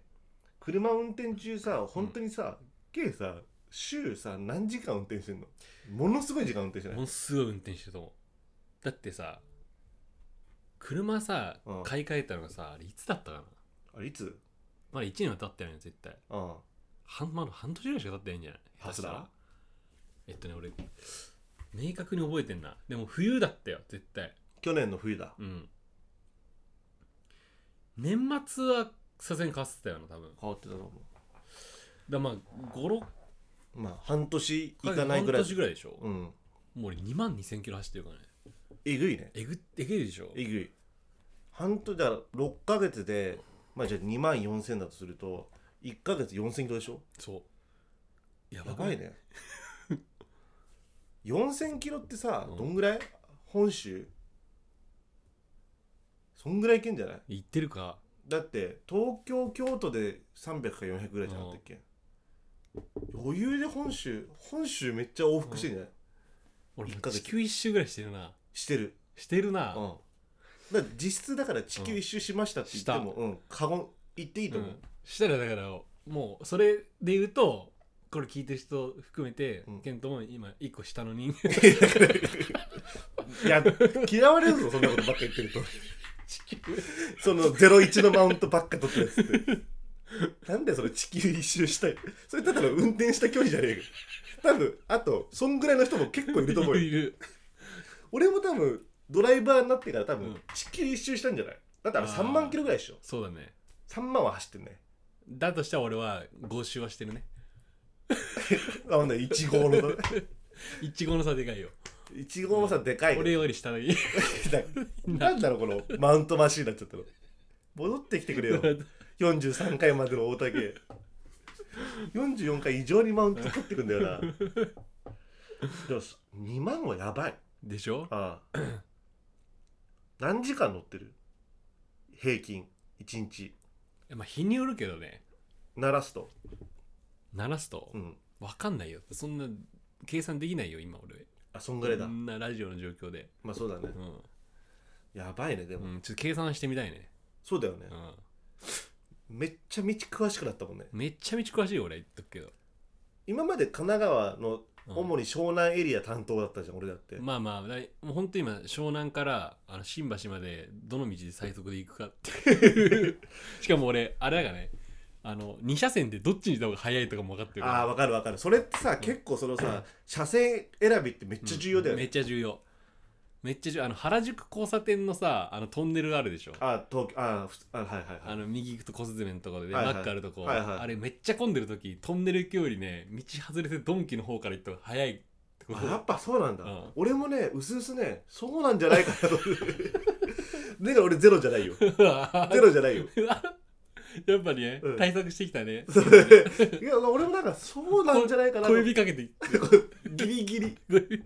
Speaker 2: 車運転中さ本当にさ、計さ週さ何時間運転してんのものすごい時間運転してな
Speaker 1: も
Speaker 2: い
Speaker 1: のすごい運転してると思うだってさ車さ
Speaker 2: うん
Speaker 1: 買い替えたのがさあれいつだったかな
Speaker 2: あれいつ
Speaker 1: まだ1年は経ってないよ絶対
Speaker 2: うん
Speaker 1: 半,、まだ半年ぐらいしか経ってないんじゃない
Speaker 2: パ
Speaker 1: 下手
Speaker 2: スだ
Speaker 1: したらえっとね俺明確に覚えてんなでも冬だったよ絶対
Speaker 2: 去年の冬だ
Speaker 1: うん年末はさすがに買ってたよな多分
Speaker 2: 変わってたと
Speaker 1: だ
Speaker 2: 思
Speaker 1: からまあ56
Speaker 2: うまあ半年いかないぐらい
Speaker 1: 半年ぐらいでしょ、
Speaker 2: うん
Speaker 1: もう俺2万2000キロ走ってるからね
Speaker 2: えぐいね
Speaker 1: えぐえぐいでしょ
Speaker 2: えぐい半年だから6ヶ月でまあじゃあ2万4000だとすると1ヶ月4000キロでしょ
Speaker 1: そうや
Speaker 2: や
Speaker 1: くな
Speaker 2: ばいね4000キロってさ、
Speaker 1: うん
Speaker 2: どんぐらい本州そんぐらいいけんじゃない
Speaker 1: 言ってるか
Speaker 2: だって東京京都で300か400ぐらいじゃなかったっけ、余裕で本州本州めっちゃ往復してんじゃない、
Speaker 1: 俺
Speaker 2: 一
Speaker 1: も
Speaker 2: ヶ月
Speaker 1: 地球一周ぐらいしてるな
Speaker 2: してる
Speaker 1: してる
Speaker 2: う
Speaker 1: なん
Speaker 2: だから実質だから地球一周しましたって言っても、うん、過言言っていいと思う、
Speaker 1: したらだからもうそれで言うとこれ聞いてる人含めて、
Speaker 2: うん
Speaker 1: ケントも今一個下の人 間
Speaker 2: いや嫌われるぞそんなことばっか言ってると その01のマウントばっか取ってるやつってなんでそれ地球一周したいそれだったら運転した距離じゃねえか多分あとそんぐらいの人も結構いると思うよ
Speaker 1: いる
Speaker 2: 俺も多分ドライバーになってから多分、
Speaker 1: うん
Speaker 2: 地球一周したんじゃないだってあれ3万キロぐらいでしょ
Speaker 1: そうだね
Speaker 2: 3万は走ってんね
Speaker 1: だとしたら俺は合衆はしてるね
Speaker 2: あほんな1号の
Speaker 1: 一号の差でかいよ
Speaker 2: 1号もさでかいよ
Speaker 1: 俺より下だけ
Speaker 2: ななんだろうこのマウントマシーンになっちゃったの戻ってきてくれよ43回までの大竹44回異常にマウント取ってくんだよなでも2万はやばい
Speaker 1: でしょ
Speaker 2: ああ何時間乗ってる平均1日
Speaker 1: まあ日によるけどね
Speaker 2: 鳴らすと
Speaker 1: 鳴らすと
Speaker 2: うん
Speaker 1: 分かんないよそんな計算できないよ今俺
Speaker 2: あそんぐらいだ
Speaker 1: こんなラジオの状況で
Speaker 2: まあそうだね
Speaker 1: うん、
Speaker 2: やばいねでも、
Speaker 1: うん、ちょっと計算してみたいね、
Speaker 2: そうだよね
Speaker 1: う、ん、
Speaker 2: めっちゃ道詳しくなったもんね
Speaker 1: めっちゃめちゃ詳しいよ俺言っとくけど、
Speaker 2: 今まで神奈川の
Speaker 1: うん
Speaker 2: 主に湘南エリア担当だったじゃん俺だって、
Speaker 1: まあまあだいもう本当今湘南からあの新橋までどの道で最速で行くかっていう しかも俺あれだからねあの2車線でどっちに行った方が早いとかも分かってるから
Speaker 2: ああ分かる分かるそれってさ、結構その さ車線選びってめっちゃ重要だよ
Speaker 1: うん
Speaker 2: ね、
Speaker 1: めっちゃ重要めっちゃ重要あの原宿交差点のさあのトンネルあるでしょ
Speaker 2: ああ東京ああふつあはいはいは
Speaker 1: あ
Speaker 2: い
Speaker 1: の右行くと小雀のところでね
Speaker 2: はいはい
Speaker 1: バックあるとこ、
Speaker 2: はいはい
Speaker 1: あれめっちゃ混んでる時トンネル行くよりね道外れてドンキの方から行った方が早いってこ
Speaker 2: あ
Speaker 1: と
Speaker 2: やっぱそうなんだ、
Speaker 1: うん
Speaker 2: 俺もねうすうすねそうなんじゃないかなとだから俺ゼロじ ゃないよゼロじゃないよ
Speaker 1: やっぱりね、
Speaker 2: うん
Speaker 1: 対策してきたね
Speaker 2: それいや俺もなんかそうなんじゃないかなと
Speaker 1: 小指かけて
Speaker 2: ギリギリ
Speaker 1: 小 指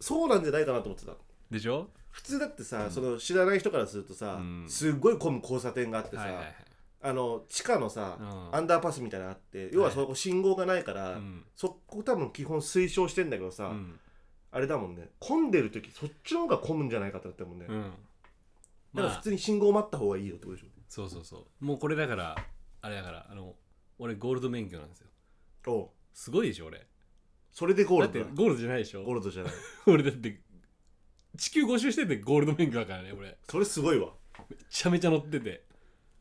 Speaker 2: そうなんじゃないかなと思ってた
Speaker 1: でしょ
Speaker 2: 普通だってさ、
Speaker 1: うん
Speaker 2: その知らない人からするとさ、
Speaker 1: うん
Speaker 2: すっごい混む交差点があってさ、
Speaker 1: はいはいはい
Speaker 2: あの地下のさ、
Speaker 1: うん
Speaker 2: アンダーパスみたいなのあって要はそこ信号がないから、
Speaker 1: うん
Speaker 2: そこ多分基本推奨してんだけどさ、
Speaker 1: うん
Speaker 2: あれだもんね混んでる時そっちの方が混むんじゃないかってなったもんね、
Speaker 1: うん
Speaker 2: だから
Speaker 1: まあ
Speaker 2: 普通に信号待った方がいいよってことでし
Speaker 1: そうそうそうもうこれだからあれだからあの俺ゴールド免許なんですよ
Speaker 2: ょおう
Speaker 1: すごいでしょ俺
Speaker 2: それでゴー
Speaker 1: だっ
Speaker 2: ル
Speaker 1: て
Speaker 2: ドだ
Speaker 1: ゴールドじゃないでし
Speaker 2: ゴー
Speaker 1: ょ
Speaker 2: ルドじゃない
Speaker 1: 俺だって地球5周しててゴールド免許だからね俺め
Speaker 2: それすごいわ
Speaker 1: ちゃめちゃ乗って て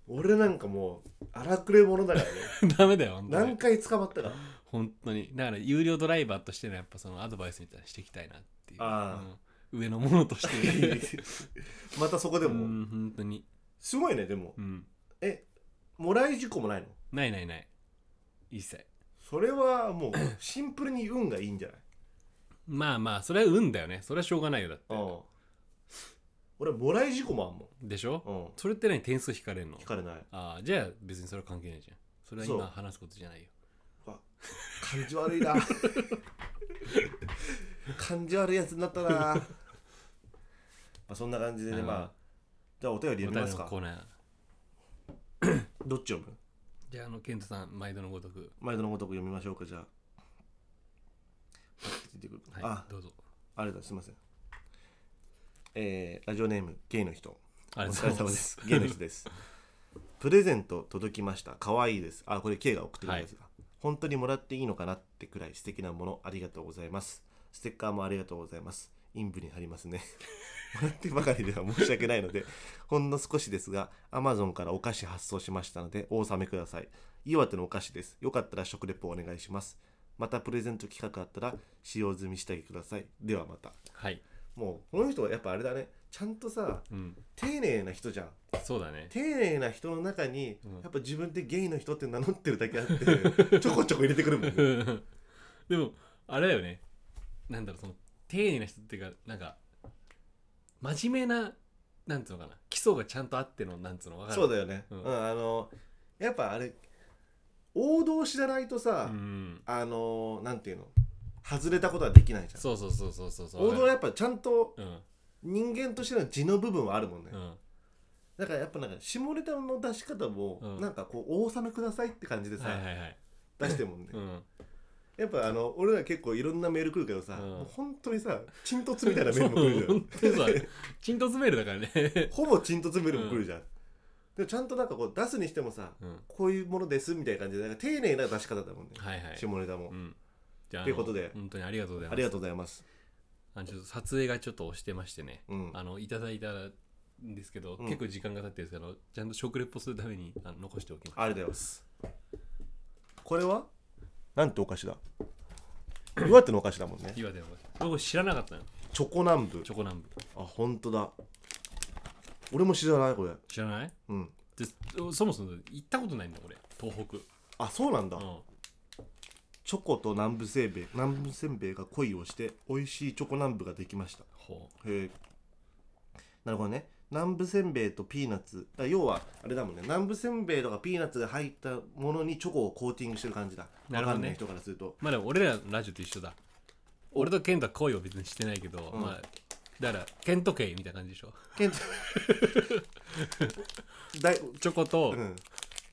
Speaker 2: 俺なんかもう荒くれ者だからね
Speaker 1: ダメだよ本当
Speaker 2: 何
Speaker 1: に
Speaker 2: 回捕ま ったか
Speaker 1: 本当にだから有料ドライバーとしてのやっぱそのアドバイスみたいなのしていきたいなっていう、
Speaker 2: あ
Speaker 1: うん上のものとし て
Speaker 2: またそこで
Speaker 1: う
Speaker 2: も
Speaker 1: ん本当に、
Speaker 2: すごいねでも
Speaker 1: うん、
Speaker 2: えもらい事故もないの
Speaker 1: ないないない一切
Speaker 2: それは もうシンプルに運がいいんじゃない
Speaker 1: まあまあそれは運だよねそれはしょうがないよだって
Speaker 2: うん俺もらい事故もあんもん
Speaker 1: でしょ、
Speaker 2: うん
Speaker 1: それって何点数引かれるの
Speaker 2: 聞かれない
Speaker 1: ああじゃあ別にそれは関係ないじゃんそれは
Speaker 2: そう
Speaker 1: 今話すことじゃないよ
Speaker 2: わ感じ悪 いな感じ悪いやつになったなまあそんな感じでね、
Speaker 1: うん
Speaker 2: まあじゃあお便り
Speaker 1: お
Speaker 2: 読み
Speaker 1: 便
Speaker 2: ま
Speaker 1: り
Speaker 2: す
Speaker 1: の
Speaker 2: か
Speaker 1: コーナー
Speaker 2: どっち読む
Speaker 1: じゃああのケントさん毎度のごとく
Speaker 2: 毎度のごとく読みましょうかじゃあ出てくる
Speaker 1: はい
Speaker 2: あ
Speaker 1: どうぞ
Speaker 2: あれだすいませんえーラジオネームゲイの人
Speaker 1: あ
Speaker 2: お
Speaker 1: りが
Speaker 2: 疲
Speaker 1: とうござ
Speaker 2: れ
Speaker 1: い
Speaker 2: 様
Speaker 1: ま
Speaker 2: ですすゲイの人ですプレゼント届きました可愛いですあこれ K が送ってくれたやつだ、本当にもらっていいのかなってくらい素敵なものありがとうございますステッカーもありがとうございます陰部に貼りますね もらってばかりでは申し訳ないのでほんの少しですが Amazon からお菓子発送しましたのでお納めください岩手のお菓子ですよかったら食レポお願いしますまたプレゼント企画あったら使用済みしてあげてくださいではまた
Speaker 1: はい、
Speaker 2: もうこの人はやっぱあれだねちゃんとさ
Speaker 1: うん、
Speaker 2: 丁寧な人じゃん
Speaker 1: そうだね
Speaker 2: 丁寧な人の中に、
Speaker 1: うん
Speaker 2: やっぱ自分ってゲイの人って名乗ってるだけあって ちょこちょこ入れてくるもんね
Speaker 1: でもあれだよねなんだろうその丁寧な人っていうかなんか真面目ななんつうのかな基礎がちゃんとあってのなんつうの分かる
Speaker 2: そうだよね、う
Speaker 1: うんん
Speaker 2: あのやっぱあれ王道知らないとさ、
Speaker 1: うん、
Speaker 2: あのなんていうの外れたことはできないじゃん
Speaker 1: そうそうそうそうそうそう
Speaker 2: 王道はやっぱちゃんと
Speaker 1: うん
Speaker 2: 人間としての地の部分はあるもんね、
Speaker 1: うん
Speaker 2: だからやっぱなんか下ネタの出し方も、
Speaker 1: うん
Speaker 2: なんかこうお納めくださいって感じでさ、
Speaker 1: はいはいはい
Speaker 2: 出してるもんね、
Speaker 1: うん
Speaker 2: やっぱあの俺ら結構いろんなメール来るけどさ、
Speaker 1: うん
Speaker 2: もう本当にさ沈突 みたいなメールも来るじゃん
Speaker 1: そう本当にそうだねチントスメールだからね
Speaker 2: ほぼチンと詰めるも来るじゃん、でもちゃんとなんかこう出すにしてもさ
Speaker 1: うん
Speaker 2: こういうものですみたいな感じでなんか丁寧な出し方だもんね、
Speaker 1: はいはい
Speaker 2: 下ネタも、
Speaker 1: うんじゃあ
Speaker 2: ということで
Speaker 1: あの本当にありがとうございます
Speaker 2: ありがとうございます
Speaker 1: あのちょっと撮影がちょっと押してましてね、
Speaker 2: うん
Speaker 1: あのいただいたんですけど、
Speaker 2: うん
Speaker 1: 結構時間が経ってるんですけどちゃんと食レポするためにあの残しておきます
Speaker 2: ありがとうございますこれはなんてお菓子だ岩手のお菓子だもんね
Speaker 1: 岩手の僕知らなかったの
Speaker 2: チョコ南部
Speaker 1: チョコ南部
Speaker 2: あ本当だ俺も知らないこれ
Speaker 1: 知らない
Speaker 2: うん
Speaker 1: でそもそも行ったことないんだ俺東北
Speaker 2: あそうなんだ、
Speaker 1: うん
Speaker 2: チョコと南部せんべい南部せんべいが恋をして美味しいチョコ南部ができました
Speaker 1: ほう
Speaker 2: へえなるほどね南部せんべいとピーナッツだ要はあれだもんね南部せんべいとかピーナッツが入ったものにチョコをコーティングしてる感じだ
Speaker 1: なるほどね
Speaker 2: わかんない人からすると
Speaker 1: まあでも俺らのラジオと一緒だ俺とケントは恋を別にしてないけど、
Speaker 2: うん
Speaker 1: まあだからケント系みたいな感じでしょ
Speaker 2: ケ ントだい
Speaker 1: チョコと
Speaker 2: うん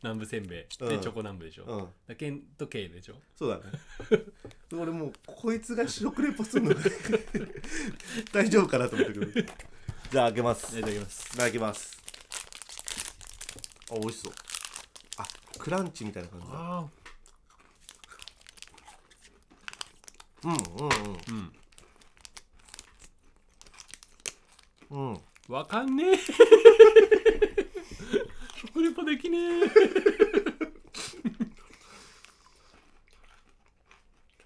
Speaker 1: 南部せんべい、
Speaker 2: う
Speaker 1: で
Speaker 2: ん
Speaker 1: チョコ南部でしょ、だか
Speaker 2: うん
Speaker 1: らケント系でしょ
Speaker 2: そうだね俺もうこいつが食レポするの 大丈夫かなと思ったけどじゃあ開けます
Speaker 1: いただきます
Speaker 2: いただきますあ美味しそうあクランチみたいな感じだ
Speaker 1: あ
Speaker 2: うん
Speaker 1: あうん
Speaker 2: うんうんうん
Speaker 1: わかんねえ 食レポできねえ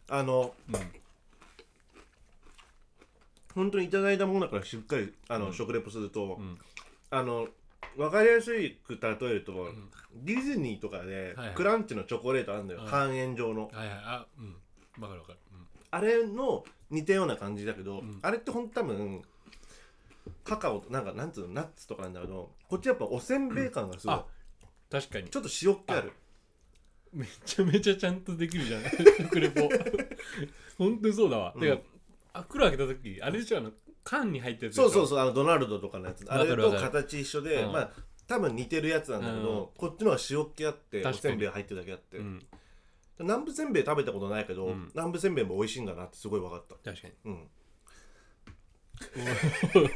Speaker 2: あの
Speaker 1: うん
Speaker 2: 本当にいただいたものだからしっかりあの、
Speaker 1: うん
Speaker 2: 食レポすると、
Speaker 1: ん
Speaker 2: あの分かりやすく例えると、ディズニーとかで、
Speaker 1: はいはい
Speaker 2: クランチのチョコレートあるんだよ、
Speaker 1: うん
Speaker 2: 半円状の
Speaker 1: はいはいあうんわかるわかる、うん
Speaker 2: あれの似たような感じだけど、
Speaker 1: ん
Speaker 2: あれってほんと多分カカオとなんかなんつうのナッツとかなんだけどこっちやっぱおせんべい感がすごい、
Speaker 1: あ確かに
Speaker 2: ちょっと塩っ気ある
Speaker 1: めちゃめちゃちゃんとできるじゃん 食レポ本当にそうだわ、
Speaker 2: うん
Speaker 1: てか袋開けた時あれでしょあの缶に入ってる
Speaker 2: そうそう
Speaker 1: そ
Speaker 2: そうあのドナルドとかのやつあ
Speaker 1: わか
Speaker 2: れ
Speaker 1: るわ
Speaker 2: と
Speaker 1: かる
Speaker 2: 形一緒で、
Speaker 1: うん
Speaker 2: まあ多分似てるやつなんだけど、こっちのは塩っ気あって
Speaker 1: 確
Speaker 2: お
Speaker 1: かに
Speaker 2: せんべい入ってるだけあって、
Speaker 1: ん、
Speaker 2: 南部せんべい食べたことないけど、
Speaker 1: うん
Speaker 2: 南部せんべいも美味しいんだなってすごい分かった
Speaker 1: 確 かに
Speaker 2: うん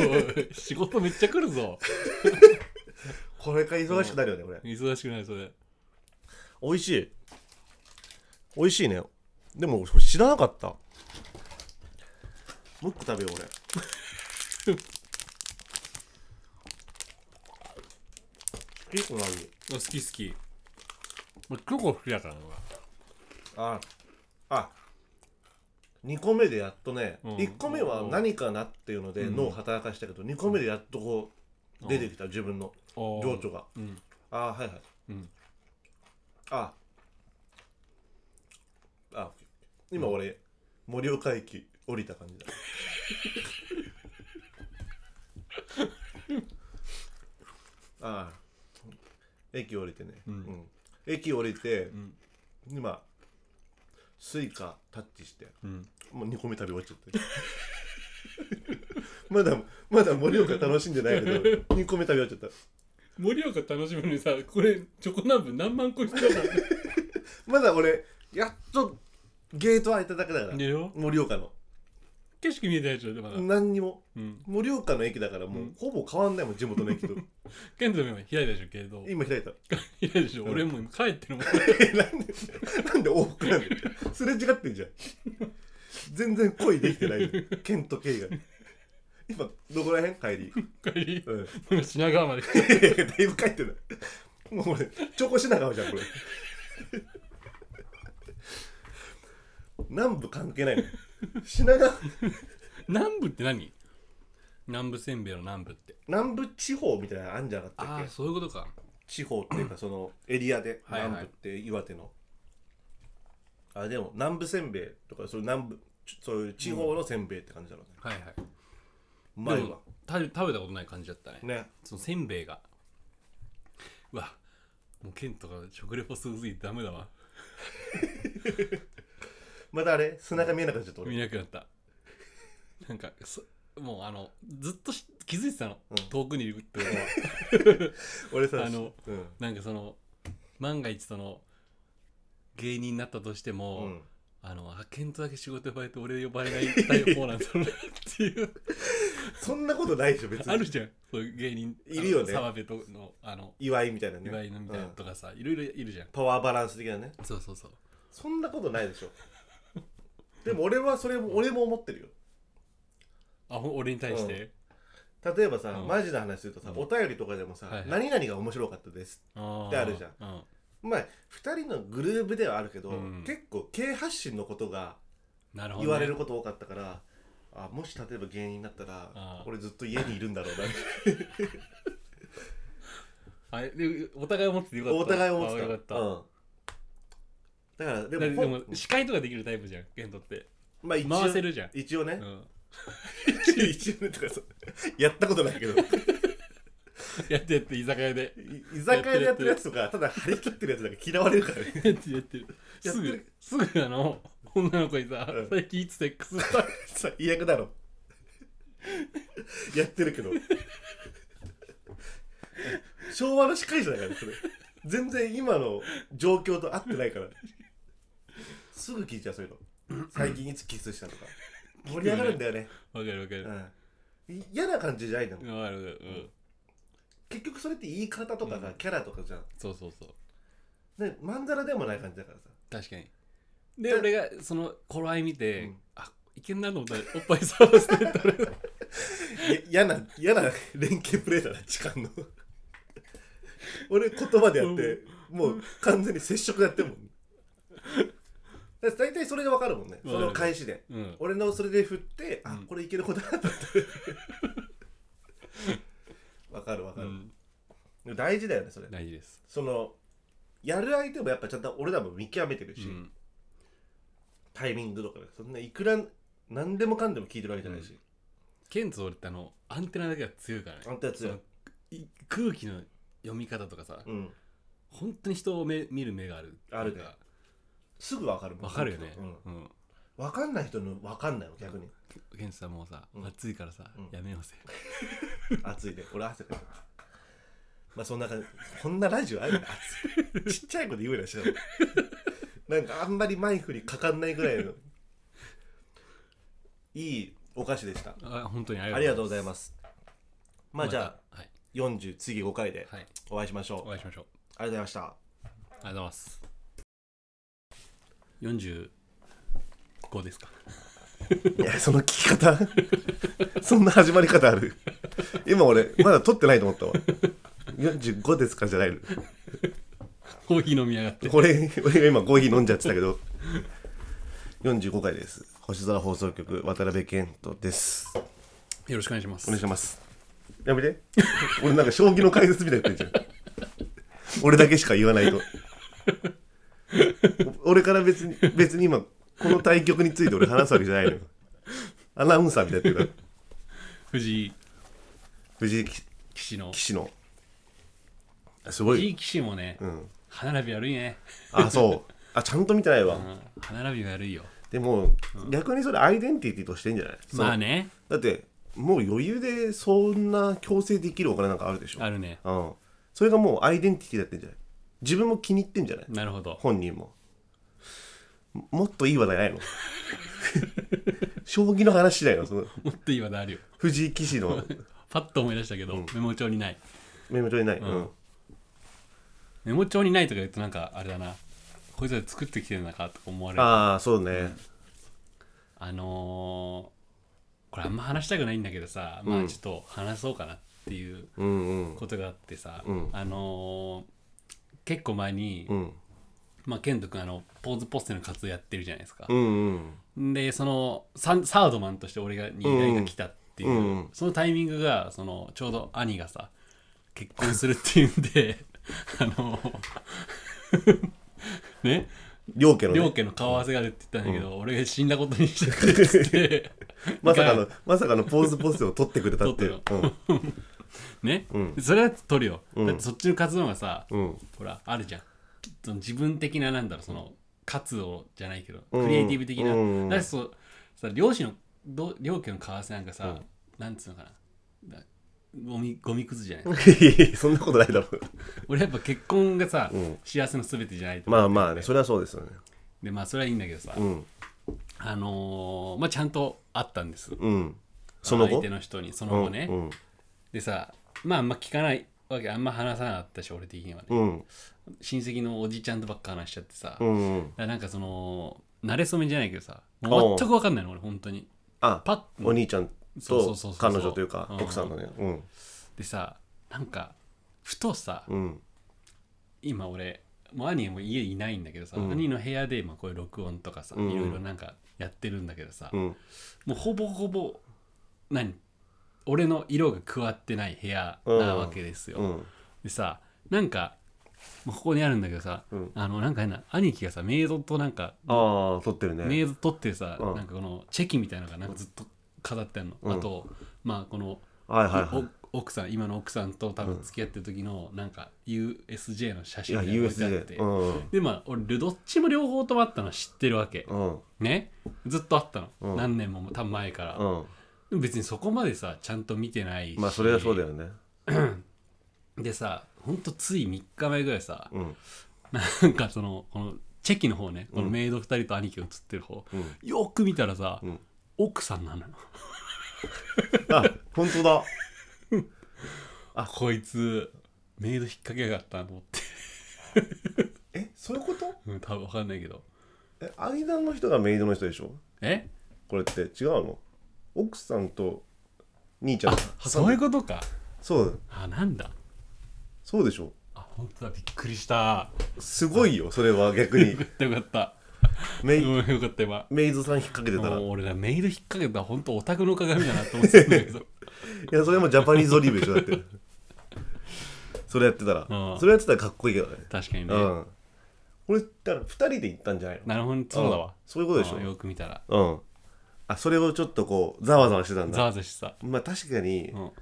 Speaker 1: おいおい仕事めっちゃ来るぞ
Speaker 2: これから忙しくなるよね、これ
Speaker 1: 忙しくないそれ
Speaker 2: 美味しい美味しいねでも俺知らなかったもう一個食べよう 俺結構なる
Speaker 1: 好き好きもうチョコ好きだからな
Speaker 2: ああ2個目でやっとね、
Speaker 1: うん
Speaker 2: 1個目は何かなっていうので
Speaker 1: うん
Speaker 2: 脳を働かしたけど、2個目でやっとこう出てきた自分の
Speaker 1: 俺
Speaker 2: 情緒が
Speaker 1: うん
Speaker 2: ああはいはい
Speaker 1: うん
Speaker 2: ああ今俺盛岡駅降りた感じだ ああ駅降りてね、
Speaker 1: うん
Speaker 2: うん駅降りて、
Speaker 1: ん
Speaker 2: 今スイカタッチして
Speaker 1: うん
Speaker 2: もう2個目食べ終わっちゃってる まだまだ盛岡楽しんでないけど2個目食べ終わっちゃった
Speaker 1: 盛岡楽しむのにさこれチョコ南部何万個必要だ
Speaker 2: まだ俺やっとゲート開いただけだから
Speaker 1: でしょ
Speaker 2: 盛岡の
Speaker 1: 景色見えたやつでまだ、
Speaker 2: 何にも
Speaker 1: うん、
Speaker 2: 盛岡の駅だからもう、
Speaker 1: うん
Speaker 2: ほぼ変わんないもん地元の駅と
Speaker 1: ケントも今開いたでしょけど
Speaker 2: 今開いた
Speaker 1: 開いたでしょ、俺もう帰ってるもん
Speaker 2: えなんでなんで往復なんですれ違ってんじゃん全然恋できてないよケントケイが今どこら辺帰り、
Speaker 1: 帰り
Speaker 2: うん、い
Speaker 1: 今品川まで来
Speaker 2: や
Speaker 1: て
Speaker 2: いやだいぶ帰ってないもう俺チョコ品川じゃんこれ南部関係ないの品川
Speaker 1: 南部って何南部せんべいの南部って
Speaker 2: 南部地方みたいなのあんじゃなかったっ
Speaker 1: あ
Speaker 2: け
Speaker 1: あそういうことか
Speaker 2: 地方っていうかそのエリアで
Speaker 1: はいはい
Speaker 2: 南部って岩手の、あでも南部せんべいとかそれ南部ちそういう地方のせんべいって感じだろうね、
Speaker 1: はいはいうで
Speaker 2: まいわ
Speaker 1: もた食べたことない感じだったね
Speaker 2: ね
Speaker 1: そのせんべいがうわもうケントが食レポすごすぎてダメだわ
Speaker 2: またあれ砂が見えなくなっちゃった俺
Speaker 1: 見なくなったなんかそもうあのずっとし気づいてたの、遠くにいるってことは
Speaker 2: 俺さ
Speaker 1: あの
Speaker 2: うん
Speaker 1: なんかその万が一その芸人になったとしても、
Speaker 2: うん、
Speaker 1: あのあケントだけ仕事呼ばれて俺呼ばれないタイプなんだろうなっていう
Speaker 2: そんなことないでしょ別に
Speaker 1: あるじゃんそういう芸人
Speaker 2: いるよね
Speaker 1: あの澤部とのあの
Speaker 2: 祝いみたいなね
Speaker 1: 岩井のみたいな
Speaker 2: うん
Speaker 1: とかさ、いろいろいるじゃん
Speaker 2: パワーバランス的なね
Speaker 1: そうそうそう
Speaker 2: そんなことないでしょでも俺はそれも俺も思ってるよ
Speaker 1: あほん俺に対して、
Speaker 2: 例えばさ、
Speaker 1: うん
Speaker 2: マジな話するとさ、
Speaker 1: うん
Speaker 2: お便りとかでもさ、
Speaker 1: はいはい
Speaker 2: 何々が面白かったです
Speaker 1: あ
Speaker 2: であるじゃん
Speaker 1: ん、
Speaker 2: まあ2人のグループではあるけど、
Speaker 1: うん
Speaker 2: 結構軽発信のことが
Speaker 1: なるほど、ね、
Speaker 2: 言われること多かったから、あもし例えば芸人だったら、
Speaker 1: あー
Speaker 2: 俺ずっと家にいるんだろうな
Speaker 1: あれでお互い思っててよかった
Speaker 2: お互い思って
Speaker 1: あ
Speaker 2: た
Speaker 1: よかった、
Speaker 2: うん、だからで
Speaker 1: だ
Speaker 2: も
Speaker 1: ってでも司会とかできるタイプじゃんケントって
Speaker 2: まあ一応
Speaker 1: 回せるじゃん、
Speaker 2: 一応ね、
Speaker 1: うん、
Speaker 2: 一応ねとかそうやったことないけど
Speaker 1: やってやって居酒屋で
Speaker 2: い居酒屋でやってるやつとかただ張り切ってるやつだけ嫌われるからね
Speaker 1: やってるやってる
Speaker 2: や
Speaker 1: す
Speaker 2: って
Speaker 1: ぐ
Speaker 2: る
Speaker 1: すぐあの女の子にさ、
Speaker 2: うん
Speaker 1: 最近いつセックスした
Speaker 2: 最悪だろ やってるけど昭和の司会者だからねそれ全然今の状況と合ってないからすぐ聞いちゃうそういうの最近いつキスしたとか盛り上がるんだよね、
Speaker 1: わかるわかる
Speaker 2: う
Speaker 1: わか
Speaker 2: ん、嫌な感じじゃないんだもん
Speaker 1: るわかるうん、
Speaker 2: 結局それって言い方とかさ、
Speaker 1: うん
Speaker 2: キャラとかじゃん
Speaker 1: そうそうそう
Speaker 2: ねまんざらでもない感じだからさ
Speaker 1: 確かにで
Speaker 2: だ
Speaker 1: 俺がその頃合い見て、
Speaker 2: うん
Speaker 1: あいけんなと思ったらおっぱい触らせてたら
Speaker 2: いや嫌な嫌な連携プレーだな時間の俺言葉でやってもう完全に接触やってるもんだから大体それで分かるもんね
Speaker 1: わ
Speaker 2: そ
Speaker 1: かる
Speaker 2: の返しで
Speaker 1: うん
Speaker 2: 俺のそれで振ってあ
Speaker 1: うん
Speaker 2: これいける子だなと思って分かる分か
Speaker 1: う
Speaker 2: る、
Speaker 1: ん
Speaker 2: でも大事だよねそれ
Speaker 1: 大事です、
Speaker 2: そのやる相手もやっぱちゃんと俺らも見極めてるし、
Speaker 1: うん、
Speaker 2: タイミングとかねそんないくら何でもかんでも聞いてるわけじゃないし、
Speaker 1: ケンツ俺ってあのアンテナだけが強いからね
Speaker 2: あんたやつよ
Speaker 1: そのい空気の読み方とかさ、
Speaker 2: うん
Speaker 1: 本当に人を目見る目がある
Speaker 2: あるねすぐ分かるもん
Speaker 1: わかるよね
Speaker 2: うん
Speaker 1: うん、
Speaker 2: 分かんない人の分かんないの逆に
Speaker 1: ケンツさんもうさ、
Speaker 2: うん
Speaker 1: 暑いからさ、
Speaker 2: うん
Speaker 1: やめようぜ
Speaker 2: 暑いで俺汗かくまあそんな感じこんなラジオあるの暑いちっちゃい子で言うようなしてたなんかあんまりマイクにかかんないぐらいのいいお菓子でした
Speaker 1: あ本当にあ
Speaker 2: ありがとう
Speaker 1: う
Speaker 2: ございますまあじゃ
Speaker 1: あはい、
Speaker 2: あ40次5回で
Speaker 1: はい、
Speaker 2: お会いしましょう、
Speaker 1: お会いしましょう
Speaker 2: ありがとうございました
Speaker 1: ありがとうございます45ですか
Speaker 2: いやその聞き方そんな始まり方ある今俺まだ撮ってないと思ったわ45ですかじゃないの
Speaker 1: コーヒー飲みやがって
Speaker 2: 俺俺が今コーヒー飲んじゃってたけど45回です星空放送局渡辺健人ですお
Speaker 1: よろしくお願いします
Speaker 2: 願いしますやめて俺なんか将棋の解説みたいになってんじゃん俺だけしか言わないとお俺から別に別に今この対局について俺話すわけじゃないのよアナウンサーみたいになってるから
Speaker 1: 藤井
Speaker 2: 藤井棋
Speaker 1: 棋士の
Speaker 2: 棋士のあすご
Speaker 1: 藤
Speaker 2: い
Speaker 1: 井棋士もね、
Speaker 2: うん
Speaker 1: 歯並び悪いね、
Speaker 2: あそうあちゃんと見てないわ、
Speaker 1: うん、歯並び悪いよ
Speaker 2: でも、逆にそれアイデンティティとしてんじゃない
Speaker 1: まあね
Speaker 2: だってもう余裕でそんな強制できるお金なんかあるでしょ
Speaker 1: あるね
Speaker 2: うん、それがもうアイデンティティだってんじゃない自分も気に入ってんじゃない
Speaker 1: なるほど
Speaker 2: 本人もももっといい話題 ないの将棋の話しないのその
Speaker 1: もっといい話題あるよ
Speaker 2: 藤井棋士の
Speaker 1: パッと思い出したけど、メモ帳にない
Speaker 2: メモ帳にない、うん
Speaker 1: メモ帳にないとか言うとなんかあれだなこいつら作ってきてるのかとか思われるあ
Speaker 2: ああそうね、
Speaker 1: のー、これあんま話したくないんだけどさ、まあちょっと話そうかなっていう
Speaker 2: うん、うん
Speaker 1: ことがあってさ、
Speaker 2: うん
Speaker 1: あのー、結構前に、
Speaker 2: うんうん
Speaker 1: まあ健人君あのポーズポステの活動やってるじゃないですか
Speaker 2: う、ん
Speaker 1: でそのサンサードマンとして俺がに依頼が来たっていう、
Speaker 2: うんうん
Speaker 1: そのタイミングがそのちょうど兄がさ結婚するっていうんで あのね
Speaker 2: 両家の、
Speaker 1: 両
Speaker 2: ね、
Speaker 1: 家の顔合わせがあるって言ったんだけど、俺が死んだことにしちゃってっつって
Speaker 2: まさかのまさかのポーズポストを取ってくれたっていう
Speaker 1: 撮ね、
Speaker 2: うん
Speaker 1: それは取るよ、
Speaker 2: うん
Speaker 1: だってそっちの活動がさ、
Speaker 2: うん、うん、
Speaker 1: ほらあるじゃんその自分的ななんだろうその活動じゃないけど、
Speaker 2: うん
Speaker 1: クリエイティブ的な、
Speaker 2: うん
Speaker 1: だしそうさ漁師のど漁家の為替なんかさ、なんつうのかなだゴミゴミくずじゃない
Speaker 2: いやいやそんな ことないだろう
Speaker 1: 俺やっぱ結婚がさ、
Speaker 2: うん
Speaker 1: 幸せの全てじゃないと、
Speaker 2: まあまあねそれはそうですよね
Speaker 1: でまあそれはいいんだけどさ、
Speaker 2: うん
Speaker 1: あのーまあちゃんとあったんです
Speaker 2: うんその後
Speaker 1: 相手の人にその後ね、
Speaker 2: うん
Speaker 1: でさまああんま聞かないわけあんま話さなかったし俺的にはね、
Speaker 2: うん
Speaker 1: 親戚のおじちゃんとばっか話しちゃってさ、
Speaker 2: う
Speaker 1: だか
Speaker 2: んうん
Speaker 1: らなんかその慣れ初めじゃないけどさもう全く分かんないの俺本当に
Speaker 2: あ
Speaker 1: パッ
Speaker 2: お兄ちゃん
Speaker 1: そうそ
Speaker 2: と
Speaker 1: うそうそう
Speaker 2: 彼女というか
Speaker 1: うん
Speaker 2: 奥さんのねうん
Speaker 1: でさなんかふとさ、
Speaker 2: うん
Speaker 1: 今俺もう兄も家いないんだけどさ、
Speaker 2: うん
Speaker 1: 兄の部屋で今こういう録音とかさ、
Speaker 2: うん
Speaker 1: いろいろなんかやってるんだけどさ、
Speaker 2: うん
Speaker 1: もうほぼほぼ何俺の色が加わってない部屋なわけですよ、
Speaker 2: うん
Speaker 1: でさなんかまあここにあるんだけどさ、
Speaker 2: うん
Speaker 1: あのなんか変な兄貴がさメイドとなんか
Speaker 2: ああ撮ってるね
Speaker 1: メイド取ってさ、
Speaker 2: うん
Speaker 1: なんかこのチェキみたいなのがなんかずっと飾ってあるの、
Speaker 2: うん
Speaker 1: あとまあこの、
Speaker 2: はいはいはい
Speaker 1: お奥さん今の奥さんと多分付き合ってる時のなんか USJ の写
Speaker 2: い
Speaker 1: 真
Speaker 2: や
Speaker 1: が置いてあって
Speaker 2: USJ うん
Speaker 1: でまあ俺どっちも両方ともあったの知ってるわけ
Speaker 2: うん
Speaker 1: ねずっとあったの、
Speaker 2: うん
Speaker 1: 何年も多分前から、
Speaker 2: うん
Speaker 1: でも別にそこまでさちゃんと見てないし
Speaker 2: まあそれはそうだよね
Speaker 1: でさほんとつい3日前ぐらいさ、
Speaker 2: うん
Speaker 1: なんかそのこのチェキの方ねこのメイド2人と兄貴が写ってる方、
Speaker 2: うん
Speaker 1: よく見たらさ、
Speaker 2: うん
Speaker 1: 奥さんなのよ
Speaker 2: あ本当だ
Speaker 1: あこいつメイド引っ掛けやがったと思って
Speaker 2: えそういうこと
Speaker 1: うん多分わかんないけど
Speaker 2: え間の人がメイドの人でしょ
Speaker 1: え
Speaker 2: これって違うの奥さんと兄ちゃん
Speaker 1: あ
Speaker 2: 挟ん
Speaker 1: そう
Speaker 2: で
Speaker 1: いうことか
Speaker 2: そう
Speaker 1: あなんだ
Speaker 2: そうでしょ
Speaker 1: あ本当だびっくりした
Speaker 2: すごいよそれは逆に
Speaker 1: よかったよかった
Speaker 2: メ
Speaker 1: ごめ
Speaker 2: イ
Speaker 1: んよかった今
Speaker 2: メイドさん引っ掛けてたら
Speaker 1: もう
Speaker 2: い
Speaker 1: 俺らメイド引っ掛けたら本当オタクの鏡だなって思ってたんだ けど
Speaker 2: やそれもジャパニーズオリーブでしょだって それやってたら
Speaker 1: うん
Speaker 2: それやってたらかっこいいけどね
Speaker 1: 確かにね、
Speaker 2: うんこれだから2人で行ったんじゃないの
Speaker 1: なるほどそうだわ
Speaker 2: んそういうことでし
Speaker 1: あ
Speaker 2: ょ
Speaker 1: よく見たら
Speaker 2: うんあそれをちょっとこうざわざわしてたん
Speaker 1: ざ
Speaker 2: だ
Speaker 1: わざわしてた
Speaker 2: まあ確かに
Speaker 1: うんは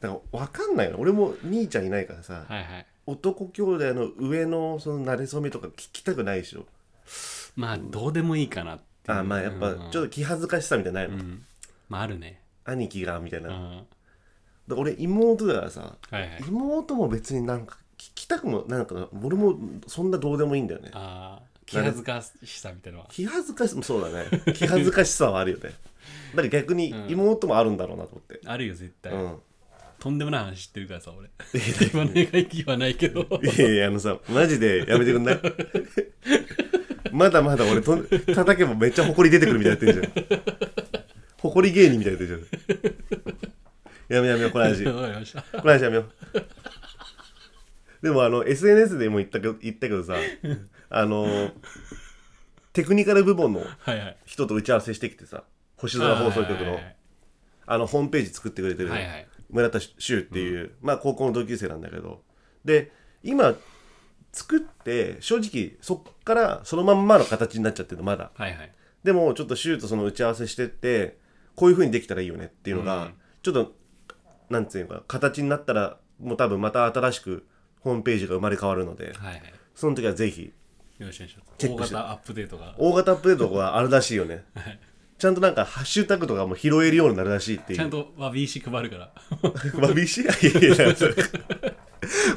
Speaker 2: なんか分かんないの俺も兄ちゃんいないからさ
Speaker 1: いはい
Speaker 2: 男兄弟の上のその馴れ初めとか聞きたくないでしょ
Speaker 1: まあどうでもいいかなっていう
Speaker 2: あまあやっぱ
Speaker 1: うん
Speaker 2: ちょっと気恥ずかしさみたいなのないうの、
Speaker 1: んまああるね
Speaker 2: 兄貴がみたいうな、
Speaker 1: ん
Speaker 2: だか
Speaker 1: は
Speaker 2: ら俺妹だからさ
Speaker 1: いはい
Speaker 2: 妹も別になんか聞きたくもなんか俺もそんなどうでもいいんだよね
Speaker 1: あー気恥ずかしさみたいなのは
Speaker 2: 気恥ずかしそうだね気恥ずかしさはあるよ ねだから逆に
Speaker 1: うん
Speaker 2: 妹もあるんだろうなと思って
Speaker 1: あるよ絶対、
Speaker 2: うん
Speaker 1: とんでもない話知ってるからさ俺
Speaker 2: い
Speaker 1: 今の映画行はないけど
Speaker 2: やいやいやあのさマジでやめてくん ないまだまだ俺と叩けばめっちゃ埃出てくるみたいにやってんじゃん埃芸人みたいにやってんじゃんやめようやめようこの話
Speaker 1: わかりました
Speaker 2: この話やめようでもあの SNS でも言ったけど言ったけどさあのテクニカル部門の
Speaker 1: はいはい
Speaker 2: 人と打ち合わせしてきてさ星空放送局
Speaker 1: は
Speaker 2: の
Speaker 1: いはい
Speaker 2: あのホームページ作ってくれてる
Speaker 1: はいはい
Speaker 2: 村田修っていう、まあ高校の同級生なんだけどで今作って正直そっからそのまんまの形になっちゃってるのまだ
Speaker 1: はいはい
Speaker 2: でもちょっと修とその打ち合わせしてってこういう風にできたらいいよねっていうのが、
Speaker 1: うん
Speaker 2: ちょっとなんつうのかな形になったらもう多分また新しくホームページが生まれ変わるので
Speaker 1: はいはい
Speaker 2: その時はぜひ
Speaker 1: よろしくお願いします
Speaker 2: チェ
Speaker 1: 大
Speaker 2: ックして
Speaker 1: 型アップデートが
Speaker 2: 大型アップデートがあるらしいよね
Speaker 1: はい
Speaker 2: ちゃんとなんかハッシュタグとかも拾えるようになるらしいっていう
Speaker 1: ちゃんとわびし配るから
Speaker 2: わびしいやいやそれ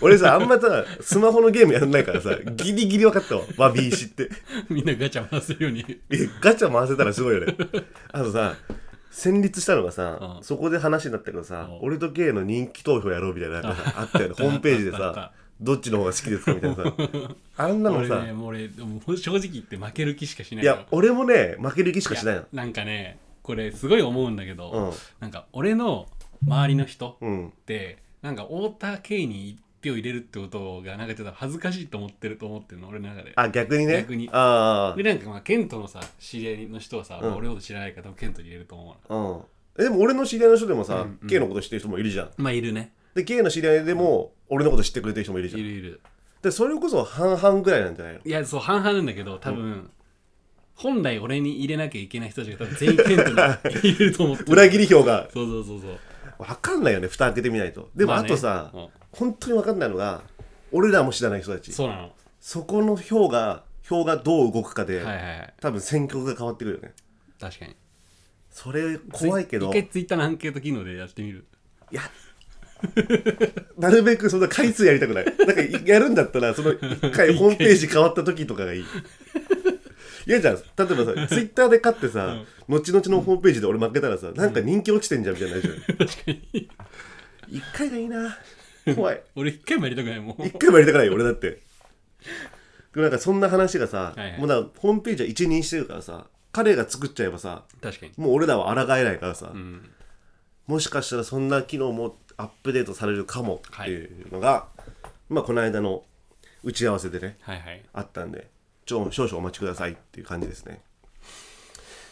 Speaker 2: 俺さあんまさスマホのゲームやらないからさギリギリ分かったわわびしって
Speaker 1: みんなガチャ回せるように
Speaker 2: えガチャ回せたらすご いよねあとさ戦慄したのがさ、
Speaker 1: うん
Speaker 2: そこで話になったけどさ、
Speaker 1: うん
Speaker 2: 俺と K の人気投票やろうみたいなのがあったよねホームページで
Speaker 1: あったあ
Speaker 2: さ
Speaker 1: っ
Speaker 2: どっちの方が好きですかみたい なさあんなの
Speaker 1: 俺
Speaker 2: さ、
Speaker 1: ねもう俺もう正直言って負ける気しかしない
Speaker 2: い
Speaker 1: よ
Speaker 2: や俺もね負ける気しかしないの
Speaker 1: いやなんかねこれすごい思うんだけど、
Speaker 2: うん
Speaker 1: なんか俺の周りの人
Speaker 2: うん
Speaker 1: ってなんか太田圭に1票入れるってことがなんかちょっと恥ずかしいと思ってると思ってるの俺の中で
Speaker 2: あ逆にね
Speaker 1: 逆に
Speaker 2: あ
Speaker 1: でなんかまあケントのさ知り合いの人はさ、
Speaker 2: うん
Speaker 1: 俺のこと知らないから多分ケントに入れると思う
Speaker 2: あうんえでも俺の知り合いの人でもさ、
Speaker 1: うんうん
Speaker 2: K のこと知ってる人もいるじゃん
Speaker 1: なまあいるね
Speaker 2: で K の知り合いでも俺のこと知ってくれてる人もいる
Speaker 1: い
Speaker 2: じゃん
Speaker 1: るいる
Speaker 2: でそれこそ半々ぐらいなんじゃないの
Speaker 1: いやそう半々なんだけど多分、本来俺に入れなきゃいけない人たちが多分全員ケントに入れると思ってる
Speaker 2: 裏切り票が
Speaker 1: そうそうそうそう
Speaker 2: 分かんないよね蓋開けてみないとでも
Speaker 1: ま
Speaker 2: あ
Speaker 1: ね
Speaker 2: とさ、
Speaker 1: うん
Speaker 2: 本当に分かんないのが俺らも知らない人たちそ
Speaker 1: そうなの
Speaker 2: この票が票がどう動くかで、
Speaker 1: はいはいはい
Speaker 2: 多分選挙区が変わってくるよね
Speaker 1: 確かに
Speaker 2: それ怖いけど
Speaker 1: ツイ一回ツイッターのアンケート機能でやってみる
Speaker 2: いやなるべくそんな回数やり たくないなんかやるんだったらその一回ホームページ変わった時とかがいい嫌じゃん例え ばさツイッターで勝ってさ、後々のホームページで俺負けたらさ、なんか人気落ちてんじゃんみたいになるじゃ
Speaker 1: 確
Speaker 2: ん
Speaker 1: かに
Speaker 2: 一回がいいな怖い
Speaker 1: 俺一回もやりたくないもん
Speaker 2: 一回もやりたくないよ俺だってでもなんかそんな話がさ、
Speaker 1: はいはい
Speaker 2: もうなんかホームページは一任してるからさ彼が作っちゃえばさ
Speaker 1: 確かに
Speaker 2: もう俺らは抗えないからさ、
Speaker 1: うん
Speaker 2: もしかしたらそんな機能もアップデートされるかもっていうのが、まあこの間の打ち合わせでね
Speaker 1: はいはい
Speaker 2: あったんでちょ少々お待ちくださいっていう感じですね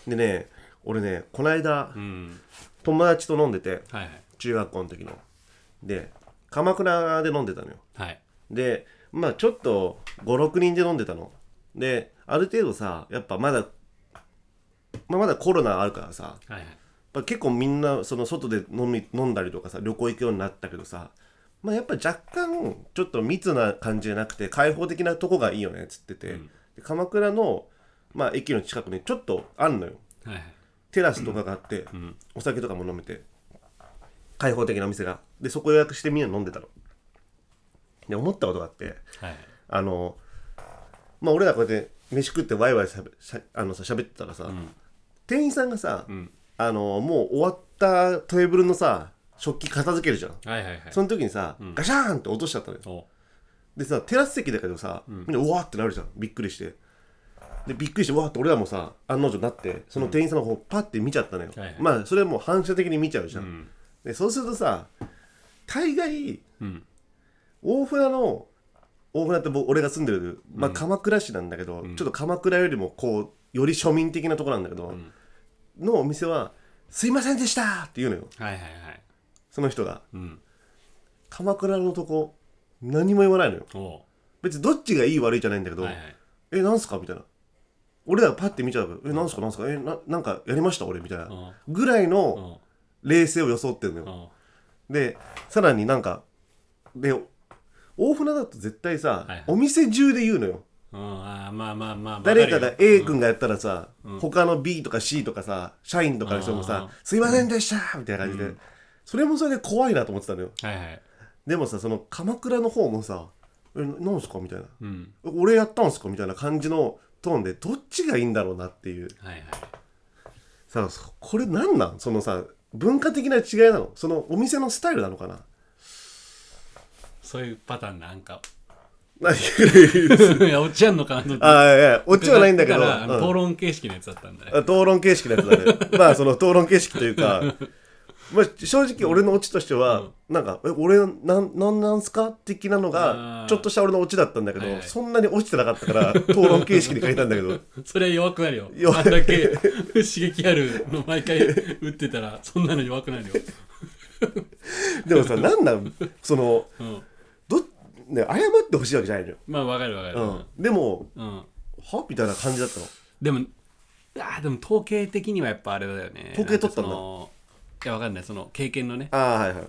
Speaker 2: でね俺ねこの間
Speaker 1: うん
Speaker 2: 友達と飲んでて
Speaker 1: はいはい
Speaker 2: 中学校の時ので鎌倉で飲んでたのよ
Speaker 1: はい
Speaker 2: でまあちょっと56人で飲んでたのである程度さやっぱまだ、まあ、まだコロナあるからさ
Speaker 1: はいはい
Speaker 2: まあ結構みんなその外で飲み飲んだりとかさ旅行行くようになったけどさ、まあ、やっぱ若干ちょっと密な感じじゃなくて開放的なとこがいいよねっつってて、
Speaker 1: うん
Speaker 2: で鎌倉の、まあ、駅の近くにちょっとあんのよ
Speaker 1: はいはい
Speaker 2: テラスとかがあって、
Speaker 1: ん
Speaker 2: お酒とかも飲めて開放的なお店がでそこ予約してみんな飲んでたので思ったことがあって
Speaker 1: はい
Speaker 2: あのまあ俺らこうやって飯食ってワイワイしゃべしゃあのさ喋ってたらさ、
Speaker 1: ん
Speaker 2: 店員さんがさ、
Speaker 1: うん
Speaker 2: あのもう終わったテーブルのさ食器片付けるじゃん
Speaker 1: はいはいはい
Speaker 2: その時にさ、ガシャーンって落としちゃったのよ
Speaker 1: お
Speaker 2: でさテラス席だけどさ、みんなうわーってなるじゃんびっくりしてでびっくりしてわーって俺らもさ案の定なってその店員さんの方パッて見ちゃったのよ、
Speaker 1: はいはい
Speaker 2: まあそれはもう反射的に見ちゃうじゃん、
Speaker 1: ん
Speaker 2: でそうするとさ大概
Speaker 1: うん
Speaker 2: 大船の大船って僕俺が住んでる、まあ、鎌倉市なんだけど、ちょっと鎌倉よりもこうより庶民的なとこなんだけど、のお店は「すいませんでした!」って言うのよ
Speaker 1: はいはいはい
Speaker 2: その人が
Speaker 1: うん
Speaker 2: 鎌倉のとこ何も言わないのよ
Speaker 1: お
Speaker 2: 別にどっちがいい悪いじゃないんだけど「
Speaker 1: はいはい
Speaker 2: えなんすか?」みたいな俺らがパッて見ちゃうから「えなんすかなんすかえななんかやりました俺」みたいな
Speaker 1: お
Speaker 2: ぐらいの
Speaker 1: お
Speaker 2: 冷静を装ってるのよ
Speaker 1: お
Speaker 2: でさらになんかで大船だと絶対
Speaker 1: は
Speaker 2: さ、
Speaker 1: いはい
Speaker 2: お店中で言うのよ
Speaker 1: うんあーまあまあまあ
Speaker 2: 誰かが
Speaker 1: わるよ
Speaker 2: A 君がやったらさ、他の B とか C とかさ社員とかの人も
Speaker 1: あー
Speaker 2: さ「すいませんでした!」みたいな感じで、それもそれで怖いなと思ってたのよ
Speaker 1: はいはい
Speaker 2: でもさその鎌倉の方もさ「えなんすか?」みたいな
Speaker 1: うん
Speaker 2: 「俺やったんすか?」みたいな感じのトーンでどっちがいいんだろうなっていう
Speaker 1: はいはい
Speaker 2: さそこれなんなんそのさ文化的な違いなのそのお店のスタイルなのかな
Speaker 1: そういうパターンなん か
Speaker 2: 何言う
Speaker 1: いや落ちやんのかなと思って
Speaker 2: ああいやオチはないんだけど
Speaker 1: だからあの
Speaker 2: うん
Speaker 1: 討論形式のやつだったんだね
Speaker 2: あ討論形式のやつだね まあその討論形式という かまあ正直俺のオチとしては、なんか「え俺なんなんなんすか?」的なの
Speaker 1: あ
Speaker 2: が
Speaker 1: ー
Speaker 2: ちょっとした俺のオチだったんだけど、
Speaker 1: はいはい
Speaker 2: そんなに落ちてなかったから討論形式に書いたんだけ ど
Speaker 1: それは弱くなるよ
Speaker 2: 弱い
Speaker 1: あんだけ 刺激あるの毎回打ってたらそんなの弱くなるよ、
Speaker 2: でもさなんなんその
Speaker 1: うん、
Speaker 2: ど、ね、謝ってほしいわけじゃないのよ、
Speaker 1: まあわかるわかる、
Speaker 2: うん、でも
Speaker 1: うん
Speaker 2: 「は?」みたいな感じだったの
Speaker 1: でもあーでも統計的にはやっぱあれだよね
Speaker 2: 統計取ったんだ
Speaker 1: なんかそのいやわかんないその経験のね
Speaker 2: ああはいはい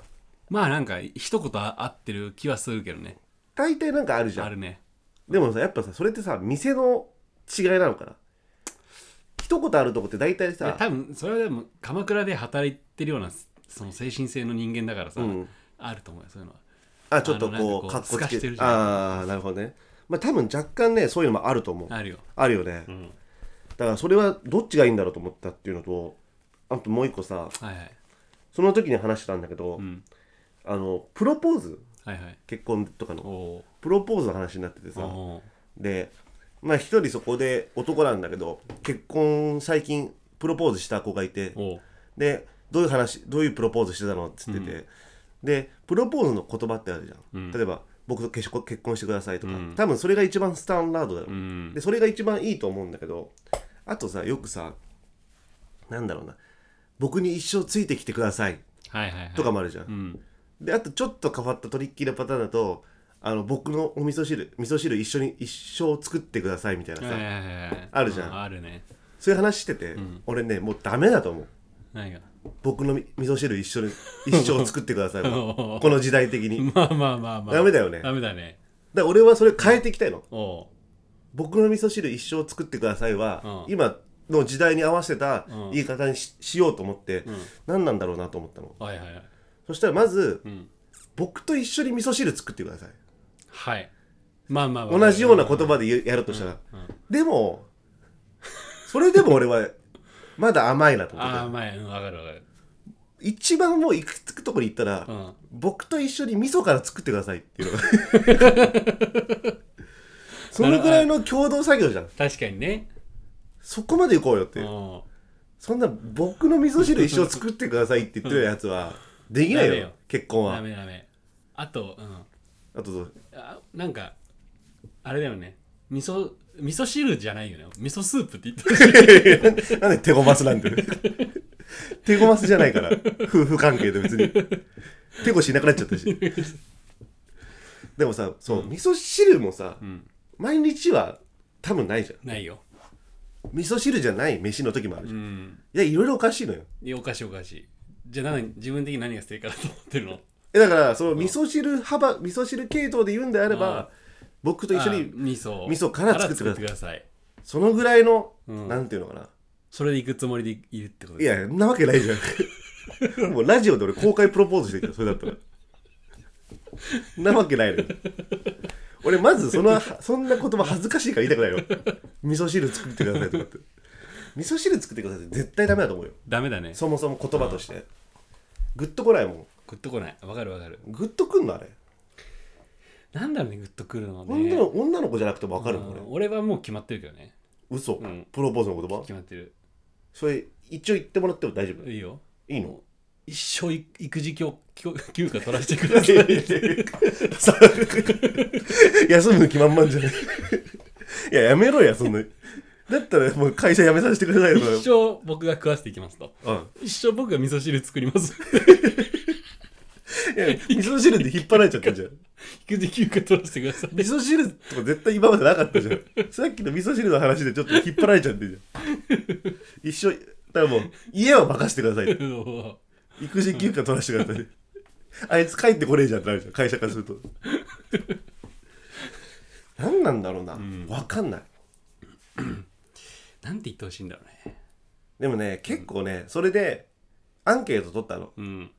Speaker 1: まあなんか一言あ合ってる気はするけどね
Speaker 2: 大体なんかあるじゃ
Speaker 1: あ
Speaker 2: ん
Speaker 1: るね
Speaker 2: でもさやっぱさそれってさ店の違いなのかな一言あるとこって大体
Speaker 1: いや
Speaker 2: さ
Speaker 1: 多分それはでも鎌倉で働いてるようなその精神性の人間だからさ、
Speaker 2: うん
Speaker 1: あると思うよそういうのは
Speaker 2: あちょっと
Speaker 1: あのなん
Speaker 2: こ
Speaker 1: かこう
Speaker 2: うかっこ
Speaker 1: 透か
Speaker 2: つ
Speaker 1: して
Speaker 2: け
Speaker 1: るじゃん
Speaker 2: ああなるほどねまあ多分若干ねそういうのもあると思う
Speaker 1: あるよ
Speaker 2: あるよね、
Speaker 1: ん
Speaker 2: だからそれはどっちがいいんだろうと思ったっていうのとあともう一個さ
Speaker 1: はいはい
Speaker 2: その時に話してたんだけど、
Speaker 1: うん
Speaker 2: あのプロポーズ
Speaker 1: はいはい
Speaker 2: 結婚とか
Speaker 1: お
Speaker 2: の
Speaker 1: お
Speaker 2: プロポーズの話になってて
Speaker 1: ー
Speaker 2: さ
Speaker 1: お
Speaker 2: でまあ一人そこで男なんだけど結婚最近プロポーズした子がいて
Speaker 1: ーおー
Speaker 2: でどういう話どういうプロポーズしてたのっつってて、でプロポーズの言葉ってあるじゃん、
Speaker 1: うん
Speaker 2: 例えば僕と結婚結婚してくださいとか、
Speaker 1: うん
Speaker 2: 多分それが一番スタンダードだよ、
Speaker 1: うん
Speaker 2: でそれが一番いいと思うんだけどあとさよくさなんだろうな僕に一生ついてきてください
Speaker 1: はいはいはい
Speaker 2: とかもあるじゃん、
Speaker 1: うん
Speaker 2: であとちょっと変わったトリッキーなパターンだとあの僕のお味噌汁味噌汁一緒に一生作ってくださいみたいなさ、
Speaker 1: はいはいはいはい
Speaker 2: あるじゃん
Speaker 1: うあるね
Speaker 2: そういう話してて、俺ねもうダメだと思う
Speaker 1: 何が
Speaker 2: 僕の味噌汁一 緒に一生作ってください
Speaker 1: お
Speaker 2: こ
Speaker 1: う
Speaker 2: の時代的に
Speaker 1: まあまあまあまあ
Speaker 2: ダメだよねだ
Speaker 1: ダ
Speaker 2: か
Speaker 1: メだね
Speaker 2: ら俺はそれ変えていきたいの
Speaker 1: おう
Speaker 2: 僕の味噌汁一生作ってくださいは、
Speaker 1: うん
Speaker 2: 今の時代に合わせた
Speaker 1: うん
Speaker 2: 言い方にし,、ようと思って、何なんだろうなと思ったの
Speaker 1: はいはいはい
Speaker 2: そしたらまず、
Speaker 1: ん
Speaker 2: 僕と一緒に味噌汁作ってください
Speaker 1: はいまあまあまあ
Speaker 2: 同じような言葉で言うやるとしたら、でもそれでも俺はまだ甘いなと思って
Speaker 1: ああ
Speaker 2: て
Speaker 1: まあうんわかるわかる
Speaker 2: 一番もう行くつくとこに行ったら、
Speaker 1: うん
Speaker 2: 僕と一緒に味噌から作ってくださいっていうのが そのぐらいの共同作業じゃん
Speaker 1: 確かにね
Speaker 2: そこまで行こうよっ
Speaker 1: う
Speaker 2: て
Speaker 1: ん
Speaker 2: そんな僕の味噌汁一生作ってくださいって言ってるやつはできない
Speaker 1: ダ
Speaker 2: よ
Speaker 1: メよ
Speaker 2: 結婚は
Speaker 1: ダメダメあとうん
Speaker 2: あとそう
Speaker 1: あなんかあれだよね味噌味噌汁じゃないよね味噌スープって言ってる
Speaker 2: なんで手ごますなんて手ごますじゃないから夫婦関係で別に手越しいなくなっちゃったし でもさそう、味噌汁もさ、
Speaker 1: ん
Speaker 2: 毎日は多分ないじゃ
Speaker 1: ないよ
Speaker 2: ん味噌汁じゃない飯の時もあるじ
Speaker 1: う
Speaker 2: ゃん、
Speaker 1: ん
Speaker 2: いやいろいろおかしいのよ
Speaker 1: いやおかしいおかしいじゃあ何自分的に何が正解だと思ってるの
Speaker 2: えだからその味噌汁幅味噌汁系統で言うんであれ
Speaker 1: あー
Speaker 2: ば僕と一緒
Speaker 1: あ
Speaker 2: に
Speaker 1: 味噌
Speaker 2: 味噌から作ってください
Speaker 1: らださい
Speaker 2: そのぐらいの、
Speaker 1: うん
Speaker 2: なんていうのかな
Speaker 1: それで行くつもりでいるってこと
Speaker 2: い
Speaker 1: で
Speaker 2: やんなわけないじゃん もうラジオで俺公開プロポーズしてるけどそれだったらんなわけないのよ俺まずそのそんな言葉恥ずかしいから言いたくないよ味噌汁作ってくださいとかって味噌汁作ってくださいって絶対ダメだと思うよ
Speaker 1: ダメだね
Speaker 2: そもそも言葉としてグッとこないも
Speaker 1: グッとこないわかるわかる
Speaker 2: んグッとくんのあれ
Speaker 1: なんだろうねグッとくるのね
Speaker 2: 女の女の子じゃなくても分かる
Speaker 1: う
Speaker 2: もん俺
Speaker 1: ん俺はもう決まってるけどね
Speaker 2: 嘘、
Speaker 1: ん
Speaker 2: プロポーズの言葉
Speaker 1: 決まってる
Speaker 2: それ一応言ってもらっても大丈夫
Speaker 1: いいよ
Speaker 2: いいの
Speaker 1: 一生い育児休休休暇取らせてください
Speaker 2: さ休む気満々じゃないいややめろやそんなだったらもう会社辞めさせてくれないのか
Speaker 1: 一生僕が食わせていきますと
Speaker 2: うん
Speaker 1: 一生僕が味噌汁作ります
Speaker 2: いや味噌汁で引っ張られちゃったじゃん
Speaker 1: 育児休暇取らせてください
Speaker 2: 味噌汁とか絶対今までなかったじゃんさっきの味噌汁の話でちょっと引っ張られちゃってるじゃん一緒だからもう家は任せてください育児休暇取らせてくださいあいつ帰ってこねえじゃんってなるじゃん会社からすると何なんだろうな、わ
Speaker 1: ん
Speaker 2: 分かんない
Speaker 1: なんて言ってほしいんだろうね
Speaker 2: でもね結構ねそれでアンケート取ったの
Speaker 1: うん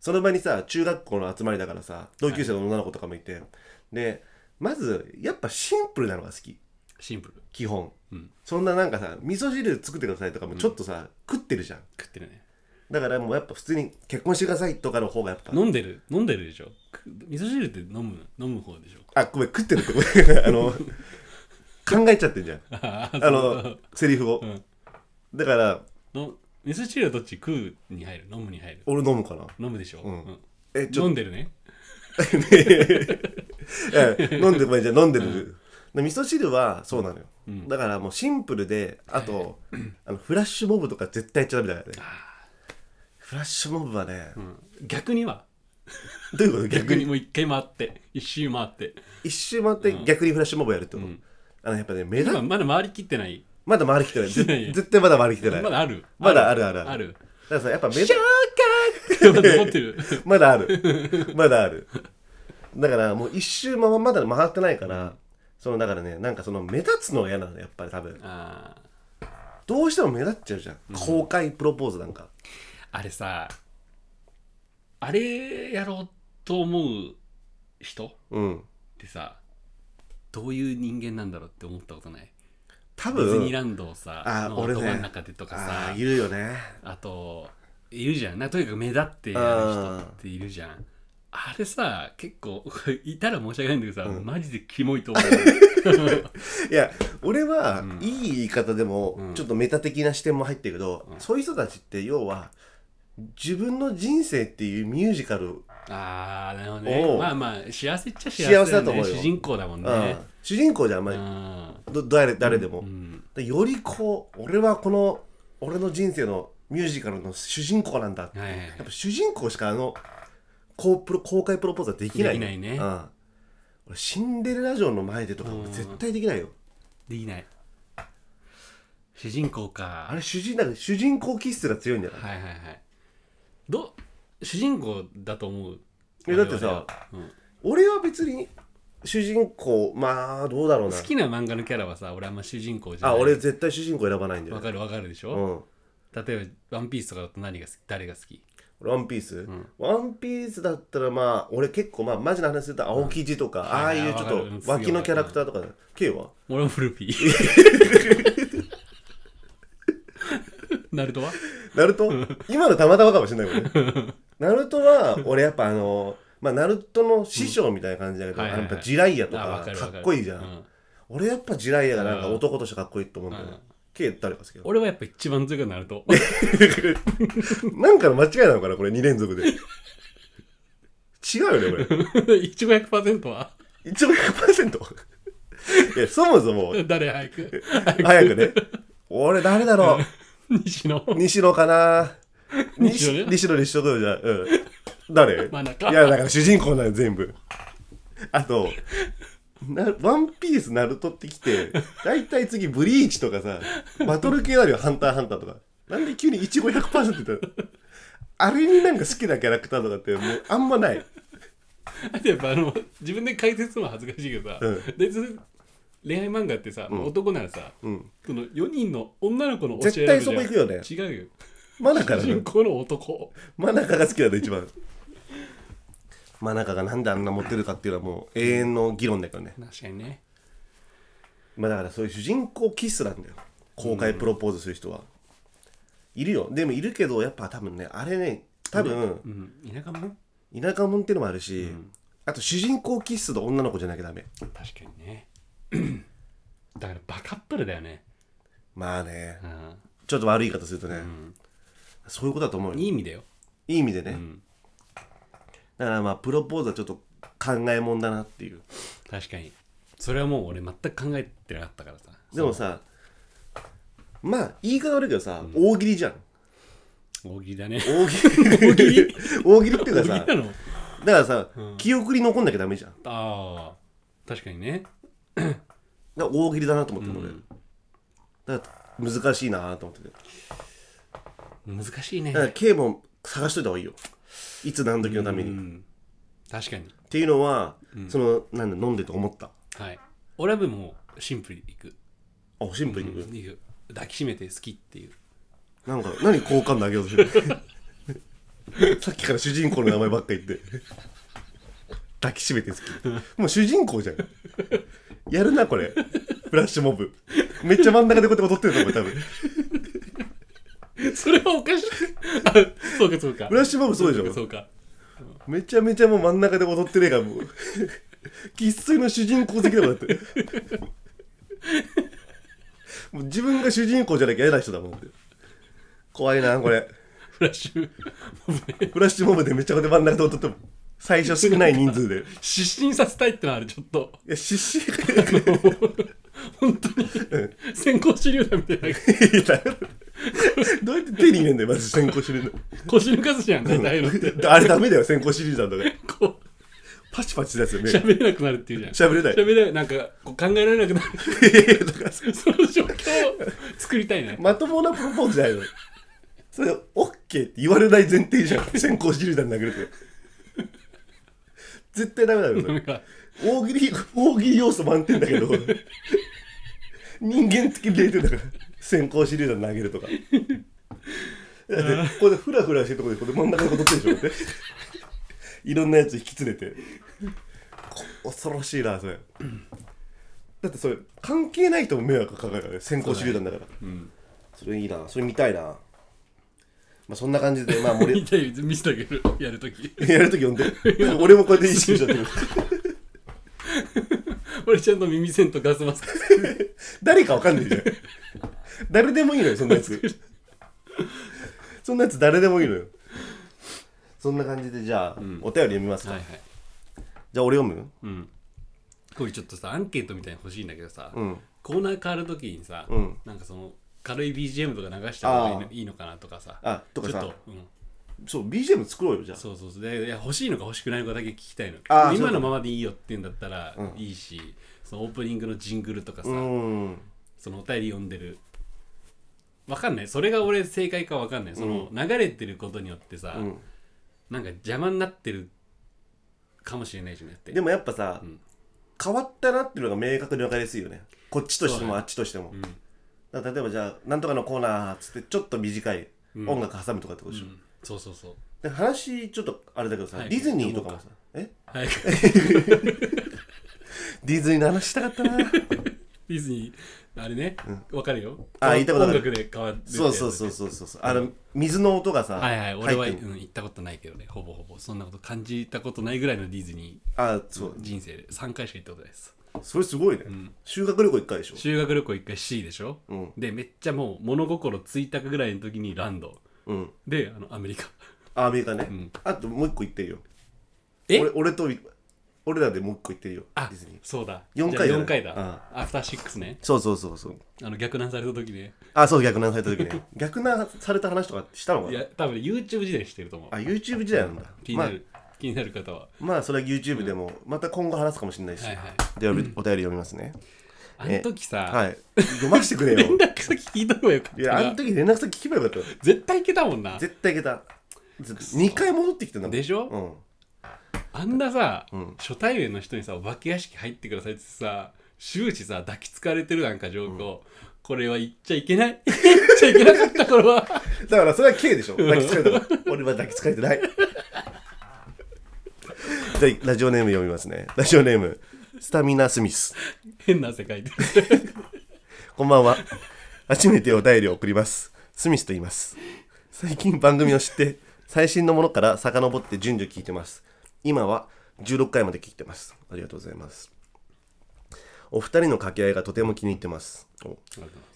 Speaker 2: その場にさ中学校の集まりだからさ同級生の女の子とかもいて、でまずやっぱシンプルなのが好き
Speaker 1: シンプル
Speaker 2: 基本、
Speaker 1: うん
Speaker 2: そんななんかさ味噌汁作ってくださいとかもちょっとさ、食ってるじゃん
Speaker 1: 食ってるね
Speaker 2: だからもうやっぱ普通に結婚してくださいとかの方がやっぱ
Speaker 1: 飲んでる飲んでるでしょく味噌汁って飲む飲む方で しょ
Speaker 2: あごめん食ってるってご めんあの考えちゃってんじゃん
Speaker 1: あ
Speaker 2: あのセリフを、
Speaker 1: うん
Speaker 2: だから
Speaker 1: の味噌汁はどっち食うに入る飲むに入る
Speaker 2: 俺飲むかな
Speaker 1: 飲むでしょ、
Speaker 2: うん
Speaker 1: うん
Speaker 2: えちょっと
Speaker 1: 飲んでるね
Speaker 2: ええ飲んでごめんじゃあ飲んでる、で味噌汁はそうなのよ、
Speaker 1: うん
Speaker 2: だからもうシンプルであとあのフラッシュモブとか絶対やっちゃダメだからね
Speaker 1: あ
Speaker 2: フラッシュモブはね、
Speaker 1: ー、うん、逆には
Speaker 2: どういうこと
Speaker 1: 逆
Speaker 2: 逆
Speaker 1: に
Speaker 2: に
Speaker 1: もう一回回って一周回って
Speaker 2: 一周回って逆にフラッシュモブやるってこと、
Speaker 1: うん
Speaker 2: あのやっぱね目
Speaker 1: 今
Speaker 2: 立
Speaker 1: まだ回りきってない
Speaker 2: まだ回りきてない
Speaker 1: して ないよ
Speaker 2: ぜ絶対まだ回りきてない
Speaker 1: まだある
Speaker 2: まだあるある
Speaker 1: ある
Speaker 2: だからさやっぱ目
Speaker 1: シ
Speaker 2: 立
Speaker 1: ョーカーって思ってる
Speaker 2: まだあるまだあるだからもう一周ままだ回ってないから、そのだからねなんかその目立つのが嫌なのよやっぱり多分
Speaker 1: あー
Speaker 2: どうしても目立っちゃうじゃん、公開プロポーズなんか
Speaker 1: あれさあれやろうと思う人っ
Speaker 2: うん
Speaker 1: てさどういう人間なんだろうって思ったことない
Speaker 2: 多
Speaker 1: デ
Speaker 2: 分
Speaker 1: ィズニーランドをさ
Speaker 2: あ
Speaker 1: の
Speaker 2: 俺ね
Speaker 1: 頭の中でとかさ
Speaker 2: あーいるよね
Speaker 1: あといるじゃんなとにかく目立ってやる人っているじゃんあれさ結構 これいたら申し訳ないんだけどさ、
Speaker 2: うん
Speaker 1: マジでキモい と思う
Speaker 2: いや俺は、
Speaker 1: うん
Speaker 2: いい言い方でも、
Speaker 1: うん
Speaker 2: ちょっとメタ的な視点も入ってるけど、
Speaker 1: うん
Speaker 2: そういう人たちって要は自分の人生っていうミュージカル、
Speaker 1: ああなるほどね
Speaker 2: おう
Speaker 1: まあまあ幸せっちゃ幸せ,、
Speaker 2: 幸せだと思うよ
Speaker 1: 主人公だもん
Speaker 2: う
Speaker 1: ね、
Speaker 2: ん主人公じゃんあん
Speaker 1: う
Speaker 2: まり、
Speaker 1: ん
Speaker 2: ど誰誰でも、
Speaker 1: うん
Speaker 2: でよりこう俺はこの俺の人生のミュージカルの主人公なんだって、
Speaker 1: はいはいはい
Speaker 2: やっぱ主人公しかあのこうプロ公開プロポーズはできな
Speaker 1: で
Speaker 2: い
Speaker 1: きないね
Speaker 2: うん、俺シンデレラ城の前でとか
Speaker 1: うん
Speaker 2: 俺絶対できないよ、
Speaker 1: できない主人公か
Speaker 2: あれ主人なんか主人公気質が強いんじゃない、
Speaker 1: はいはいはいど主人公だと思う
Speaker 2: えだってさ
Speaker 1: 我々は
Speaker 2: 俺は別に主人公まあどうだろう
Speaker 1: うん
Speaker 2: な
Speaker 1: 好きな漫画のキャラはさ俺あんま主人公じゃない
Speaker 2: あ俺絶対主人公選ばないんだよ
Speaker 1: わかるわかるでしょ、
Speaker 2: うん
Speaker 1: 例えば「ワンピースとかだと何が好き誰が好き
Speaker 2: ワンピース、
Speaker 1: ん
Speaker 2: ワンピースだったらまあ俺結構まあマジな話すると青生地とか、ああいうちょ
Speaker 1: わ
Speaker 2: っ
Speaker 1: かる
Speaker 2: と脇のキャラクターとかだ K は
Speaker 1: 俺もルフィナルトは
Speaker 2: ナルト 今のたまたまかもしれないこれナルトは俺やっぱあのまあナルトの師匠みたいな感じだけど、
Speaker 1: うんはいはいはい
Speaker 2: やっぱジライヤと
Speaker 1: あ
Speaker 2: か
Speaker 1: わかる
Speaker 2: か
Speaker 1: わか
Speaker 2: っ
Speaker 1: る
Speaker 2: こいいじゃ
Speaker 1: う
Speaker 2: ん、
Speaker 1: ん
Speaker 2: 俺やっぱジライヤがなんか
Speaker 1: うん
Speaker 2: 男としてかっこいいと思うんだよ
Speaker 1: う
Speaker 2: ね
Speaker 1: ん
Speaker 2: ケイ誰が好きなの
Speaker 1: 俺はやっぱ一番強いのナルト
Speaker 2: なんかの間違いなのかなこれ2連 続で違うよねこれ
Speaker 1: 一番100%は
Speaker 2: 一応100%いやそもそも
Speaker 1: 誰早 く
Speaker 2: 早くね俺誰だろ
Speaker 1: 西野
Speaker 2: う西野かな
Speaker 1: 西野
Speaker 2: 西
Speaker 1: ね
Speaker 2: 西野にしとくよじゃあうん誰
Speaker 1: 真中
Speaker 2: いやだから主人公なの全部あとな「ワンピースナルトってきて大体次ブリーチとかさバトル系なのよ「ハンターハンター」とかなんで急にいちご100%って言ったのあれになんか好きなキャラクターとかってもうあんまない
Speaker 1: やっぱあの自分で解説するのは恥ずかしいけどさ、
Speaker 2: うん
Speaker 1: 別に恋愛漫画ってさ、
Speaker 2: ん
Speaker 1: 男ならさ、
Speaker 2: うん
Speaker 1: その4人の女の子の推し
Speaker 2: 絶
Speaker 1: 選
Speaker 2: 対
Speaker 1: ぶ
Speaker 2: そ
Speaker 1: じゃん
Speaker 2: こ行くよね
Speaker 1: 違うよ
Speaker 2: 真中
Speaker 1: 主
Speaker 2: な
Speaker 1: 人
Speaker 2: の
Speaker 1: 公の男
Speaker 2: 真中が好きなの一番真中がなんであんな持ってるかっていうのはもう永遠の議論だけどね
Speaker 1: 確かにね
Speaker 2: まあだからそういう主人公キスなんだよ公開プロポーズする人は、いるよでもいるけどやっぱ多分ねあれね多分
Speaker 1: うん田舎も
Speaker 2: 田舎者っていうのもあるし、あと主人公キスの女の子じゃなきゃダメ
Speaker 1: 確かにね だからバカップルだよね、
Speaker 2: まあね
Speaker 1: うん
Speaker 2: ちょっと悪い言い方するとね、そういうことだと思うよ
Speaker 1: いい意味だよ
Speaker 2: いい意味でね、
Speaker 1: ん
Speaker 2: だからまあプロポーズはちょっと考えもんだなっていう
Speaker 1: 確かにそれはもう俺全く考えてなかったからさ
Speaker 2: でもさまあ言い方悪いけどさ、大喜利じゃん
Speaker 1: 大喜利だね
Speaker 2: 大喜利
Speaker 1: 大喜利
Speaker 2: 大喜利っていう
Speaker 1: 大
Speaker 2: か
Speaker 1: 喜利
Speaker 2: さ
Speaker 1: なの
Speaker 2: だからさ、記憶に残んなきゃダメじゃん
Speaker 1: ああ確かにね
Speaker 2: だから大喜利だなと思って、俺だから難しいなと思ってて
Speaker 1: 難しいね
Speaker 2: だから K も探しといた方がいいよいつ何時のために、
Speaker 1: う
Speaker 2: っ
Speaker 1: ん確かに
Speaker 2: ていうのは、そのなんだ飲んでと思った
Speaker 1: はい俺はもうシンプルにいく
Speaker 2: あシンプルに、
Speaker 1: いく抱きしめて好きっていう
Speaker 2: なんか何好感度上げようとしてる さっきから主人公の名前ばっか言って抱きしめて好きもう主人公じゃんやるなこれフラッシュモブめっちゃ真ん中でこうやって踊ってると思う多分
Speaker 1: それはおかしい あそうかそうか
Speaker 2: フラッシュモブそうでしょ
Speaker 1: そうか
Speaker 2: めちゃめちゃもう真ん中で踊ってる映画もう生粋の主人公的だもんだってもう自分が主人公じゃなきゃ嫌な人だもんだって怖いなこれ
Speaker 1: フラッシュ
Speaker 2: フラッシュモブでめちゃめちゃ真ん中で踊っても最初少ない人数でい
Speaker 1: 失神させたいってのはあるちょっと
Speaker 2: や失神
Speaker 1: 本当に先行手榴弾みたいない
Speaker 2: やどうやって手に入れんだよまず先行シリー
Speaker 1: 腰抜かすじゃん大体のって
Speaker 2: ズあれダメだよ先行シリーズなんだから
Speaker 1: こ
Speaker 2: パチパチですよ
Speaker 1: う
Speaker 2: 目
Speaker 1: 喋れなくなるっていうじゃん
Speaker 2: 喋れない
Speaker 1: 喋れないなんかこう考えられなくなる
Speaker 2: いやだから
Speaker 1: その状況を作りたいね
Speaker 2: まともなプロポーズじゃないのそれオッケーって言われない前提じゃん先行手榴弾殴るって絶対ダメだよそ
Speaker 1: な
Speaker 2: れ
Speaker 1: んか
Speaker 2: 大喜利大喜利要素満点だけど人間的0点だから先行手榴弾投げるとかだってここでフラフラしてるとこでこれ真ん中で踊ってるでしょこうやっていろんなやつ引き連れてこ恐ろしいなそれだってそれ関係ないとも迷惑かかるからね先行手榴弾だから
Speaker 1: うん
Speaker 2: それいいなそれ見たいなまあそんな感じでまあ盛り
Speaker 1: 見たい見せてあげるやるとき
Speaker 2: やるとき呼んでなんか俺もこうやって意識しちゃってる
Speaker 1: 俺ちゃんと耳栓とガスマスク
Speaker 2: 誰かわかんないじゃん誰でもいいのよそんなやつ そんなやつ誰でもいいのよそんな感じでじゃあ、お便り読みますか、
Speaker 1: はいはい
Speaker 2: じゃあ俺読む
Speaker 1: うんこれちょっとさアンケートみたいに欲しいんだけどさ、
Speaker 2: うん
Speaker 1: コーナー変わるときにさ、
Speaker 2: うん
Speaker 1: なんかその軽い BGM とか流した方がいいの
Speaker 2: あー
Speaker 1: いいのかなとかさ
Speaker 2: あとかさ
Speaker 1: ちょっと、うん、
Speaker 2: そう BGM 作ろうよじゃあ
Speaker 1: そうそうそうでいや欲しいのか欲しくないのかだけ聞きたいの
Speaker 2: あ
Speaker 1: 今
Speaker 2: ーそ
Speaker 1: の
Speaker 2: うだ
Speaker 1: ままでいいよって言うんだったらいいし、そのオープニングのジングルとかさ、
Speaker 2: うーん
Speaker 1: そのお便り読んでるわかんないそれが俺正解かわかんないその流れてることによってさ、
Speaker 2: ん
Speaker 1: なんか邪魔になってるかもしれないじゃなくて
Speaker 2: でもやっぱさ、
Speaker 1: ん
Speaker 2: 変わったなっていうのが明確に分かりやすいよねこっちとして
Speaker 1: そう
Speaker 2: もあっちとしても、だから例えばじゃあなんとかのコーナーっつってちょっと短い音楽挟むとかってことでしょ、
Speaker 1: うんそうそうそう
Speaker 2: で話ちょっとあれだけどさ、
Speaker 1: はい
Speaker 2: ディズニーとかもさえ
Speaker 1: はい
Speaker 2: ディズニーの話したかったな
Speaker 1: ディズニーあれねわかるよ
Speaker 2: あ行ったことある
Speaker 1: 音楽で変わるってやつ
Speaker 2: そうそうそうそうそうそうあの水の音がさ、
Speaker 1: はいはい俺は、う
Speaker 2: 入ってる
Speaker 1: ん、行ったことないけどねほぼほぼそんなこと感じたことないぐらいのディズニ
Speaker 2: あそ
Speaker 1: ー
Speaker 2: う
Speaker 1: 人生で3回しか行ったことないです
Speaker 2: それすごいね、
Speaker 1: ん
Speaker 2: 修学旅行一回でしょ
Speaker 1: 修学旅行1回 C でしょ、
Speaker 2: うん
Speaker 1: でめっちゃもう物心ついたぐらいの時にランド
Speaker 2: うん
Speaker 1: であのアメリカ
Speaker 2: あアメリカね、
Speaker 1: ん
Speaker 2: あともう一個行ってるよ
Speaker 1: え
Speaker 2: 俺俺と俺らでもう一個行ってるよ デ
Speaker 1: あ
Speaker 2: ィズニー
Speaker 1: そうだ
Speaker 2: 四回
Speaker 1: じゃ
Speaker 2: じゃ
Speaker 1: あ
Speaker 2: ない
Speaker 1: 4回だ
Speaker 2: あ
Speaker 1: アフターシックスね
Speaker 2: そうそうそうそう
Speaker 1: あの逆難された時ね
Speaker 2: あそう逆難された 時ね逆難された話とかしたのか
Speaker 1: い
Speaker 2: な
Speaker 1: や多分 YouTube 時代にしてると思う
Speaker 2: あ YouTube 時代なんだ
Speaker 1: 気になる、気になる方は
Speaker 2: まあ、まあそれは YouTube でもまた今後話すかもしれないし、
Speaker 1: はいはい
Speaker 2: でお便りお便り読みますね
Speaker 1: あの時さ、
Speaker 2: はい読ませてく れ
Speaker 1: 連
Speaker 2: よ
Speaker 1: 絡先聞いた方がよかっ
Speaker 2: い
Speaker 1: た
Speaker 2: やあ
Speaker 1: な
Speaker 2: の時連絡先聞けばよかった
Speaker 1: 絶対いけたもんな
Speaker 2: 絶対いけた2回戻ってきてんだもん
Speaker 1: でしょ
Speaker 2: うん
Speaker 1: あんなさ、
Speaker 2: ん
Speaker 1: 初対面の人にさお化け屋敷入ってくださいってさ終始さ抱きつかれてるなんか状況、これは言っちゃいけない 言っちゃいけなかったこれは
Speaker 2: だからそれは K でしょ抱きつかれたら俺は抱きつかれてないじゃあラジオネーム読みますねラジオネームスタミナスミス
Speaker 1: 変な汗かい てる
Speaker 2: こんばんは初めてお便りを送りますスミスと言います最近番組を知って最新のものから遡って順序聞いてます今は16回まで聞いてますありがとうございますお二人の掛け合いがとても気に入ってますお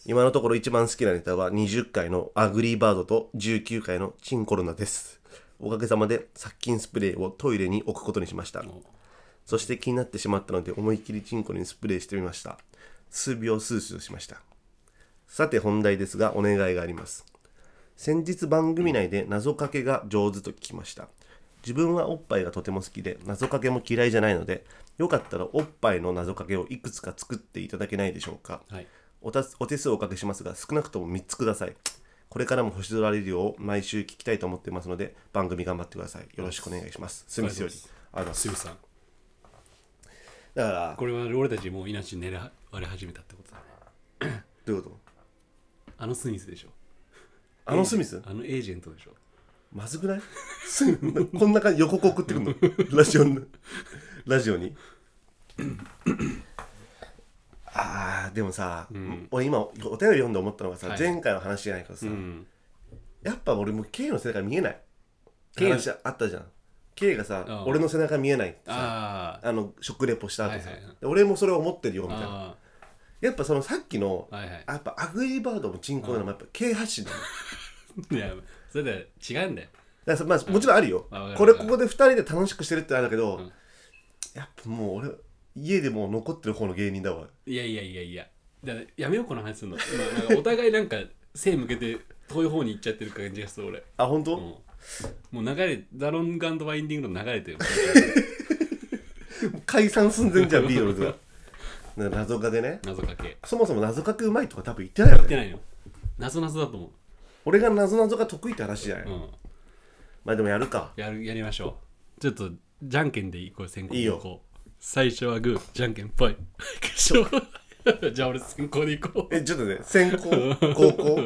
Speaker 2: 今のところ一番好きなネタは20回のアグリーバードと19回のチンコロナですおかげさまで殺菌スプレーをトイレに置くことにしましたそして気になってしまったので思いっきりチンコにスプレーしてみました数秒スースーしましたさて本題ですがお願いがあります先日番組内で謎かけが上手と聞きました自分はおっぱいがとても好きで謎かけも嫌いじゃないのでよかったらおっぱいの謎かけをいくつか作っていただけないでしょうか
Speaker 1: はい
Speaker 2: おたすお手数をおかけしますが少なくとも3つくださいこれからも星空レディオを毎週聞きたいと思ってますので番組頑張ってくださいよろしくお願いしますすみませんよりありがとうございます
Speaker 1: すぐさん
Speaker 2: だから
Speaker 1: これは俺たちもう命狙われ始めたってことだね
Speaker 2: どういうこと
Speaker 1: あのスミスでしょ
Speaker 2: あのスミス
Speaker 1: あのエージェントでしょ
Speaker 2: まずくない スミスこんな感じ予告送ってくるのラジオにラジオに あーでもさ、俺今お便り読んで思ったのがさ、
Speaker 1: はい
Speaker 2: 前回の話じゃないけどさ、
Speaker 1: うん
Speaker 2: やっぱ俺もう K の背中見えない
Speaker 1: ケイ
Speaker 2: 話あったじゃん K がさ、
Speaker 1: うん
Speaker 2: 俺の背中見えないってさ
Speaker 1: あー
Speaker 2: あの食レポした後さ、
Speaker 1: はいはいはい
Speaker 2: で俺もそれを思ってるよみたいな
Speaker 1: あ
Speaker 2: やっぱそのさっきの、
Speaker 1: ーはいはい
Speaker 2: やっぱアグリーバードもチンコなのもやっぱ K 発信だよ
Speaker 1: いやそれで違うんだよ
Speaker 2: だからさまあ、もちろんあるよ、
Speaker 1: うんわかる
Speaker 2: これ
Speaker 1: わか
Speaker 2: こ
Speaker 1: る
Speaker 2: こで2人で楽しくしてるってあるんだけど、
Speaker 1: ん
Speaker 2: やっぱもう俺家でもう残ってる方の芸人だわ
Speaker 1: いやいやいやいやだからやめようこの話すんの今なんかお互いなんか背向けて遠い方に行っちゃってる感じがする俺
Speaker 2: あ本当、
Speaker 1: もうもう流れザロンガンドワインディングの流れてる
Speaker 2: 解散寸前じゃんビートルズが だから謎かけね
Speaker 1: 謎かけ
Speaker 2: そもそも謎かけうまいとか多分言ってないよ
Speaker 1: 言って
Speaker 2: ね
Speaker 1: ないの謎謎だと思
Speaker 2: 俺が謎謎が得意って話じゃない、
Speaker 1: う、うん、
Speaker 2: まあでもやるか
Speaker 1: やるやりましょうちょっとじゃんけんでいこう先行
Speaker 2: いいよ
Speaker 1: 後攻最初はグーじゃんけんぽい 決勝じゃあ俺先行でいこう
Speaker 2: えちょっとね先 行高校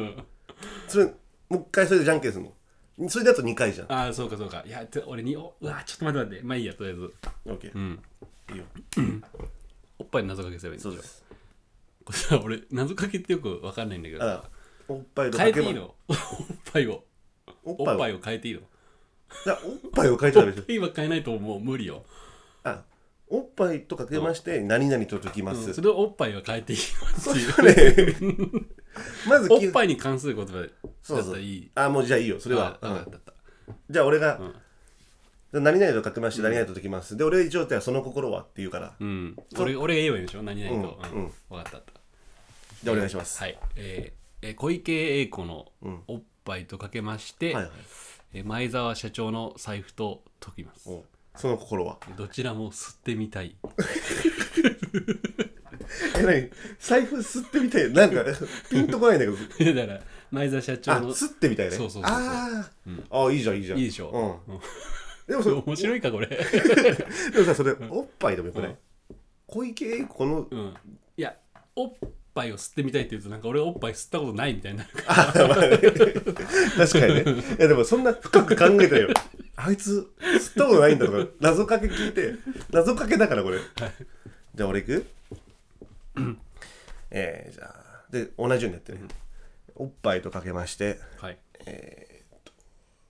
Speaker 2: それもう一回それでじゃんけんするのそれだと2回じゃん
Speaker 1: ああそうかそうかいやて俺におうわちょっと待って待ってまあいいやとりあえず
Speaker 2: OK、
Speaker 1: ん
Speaker 2: いいよ
Speaker 1: おっぱいに謎かけすればいいん
Speaker 2: そう
Speaker 1: で
Speaker 2: ですす
Speaker 1: これさ俺謎かけってよくわかんないんだけど
Speaker 2: あおっぱいと
Speaker 1: 変
Speaker 2: か
Speaker 1: えて
Speaker 2: けば
Speaker 1: いいのおっぱいを
Speaker 2: おっ
Speaker 1: お
Speaker 2: ぱい
Speaker 1: っぱい
Speaker 2: を
Speaker 1: を変えていいの
Speaker 2: だからおっぱいを変えちゃダメでしょ
Speaker 1: 今変えないともう無理よ、
Speaker 2: あおっぱいとかけまして何々と解きま
Speaker 1: うんそ
Speaker 2: す、
Speaker 1: れをおっぱいは変えていいますっていう
Speaker 2: それ まず
Speaker 1: おっ
Speaker 2: い
Speaker 1: ぱいに関する言葉だった
Speaker 2: そうそ
Speaker 1: ら
Speaker 2: う
Speaker 1: いい
Speaker 2: あもうじゃあいいよそ
Speaker 1: そ
Speaker 2: れは、
Speaker 1: あ
Speaker 2: うん
Speaker 1: わかったわかっ
Speaker 2: じゃあ俺が、
Speaker 1: ん
Speaker 2: 何々と書きまして何々と解きます、で俺一応手はその心はって言うから、
Speaker 1: たうん
Speaker 2: そう
Speaker 1: 俺俺が言えばいいでしょ何々と、
Speaker 2: うんうん
Speaker 1: 分かったわかっ
Speaker 2: じゃあお願いします、
Speaker 1: たはいえーえー小池栄子の
Speaker 2: うん
Speaker 1: おっぱいとかけまして、
Speaker 2: はいはい
Speaker 1: えー前澤社長の財布と解きます
Speaker 2: おその心は
Speaker 1: どちらも吸ってみたい
Speaker 2: え何財布吸ってみたいなんかピンとこないんだ けど
Speaker 1: だから前澤社
Speaker 2: あ
Speaker 1: 長の
Speaker 2: 吸ってみたいね
Speaker 1: そうそうそうそう
Speaker 2: あー、あーいいじゃんいいじゃん
Speaker 1: いいでしょ、
Speaker 2: う
Speaker 1: うん
Speaker 2: ん、でもそれ
Speaker 1: 面白いかこれ
Speaker 2: でもさそれおっぱいでもよくない、
Speaker 1: うん
Speaker 2: 小池栄子の
Speaker 1: うん、いやおっぱいを吸ってみたいって言うとなんか俺おっぱい吸ったことないみたいになるから
Speaker 2: あまあね確かにねいやでもそんな深く考えてないよあいつ吸ったことないんだとか謎かけ聞いて謎かけだからこれじゃあ俺いく、えーじゃあで同じようにやってね、おっぱいとかけまして
Speaker 1: はい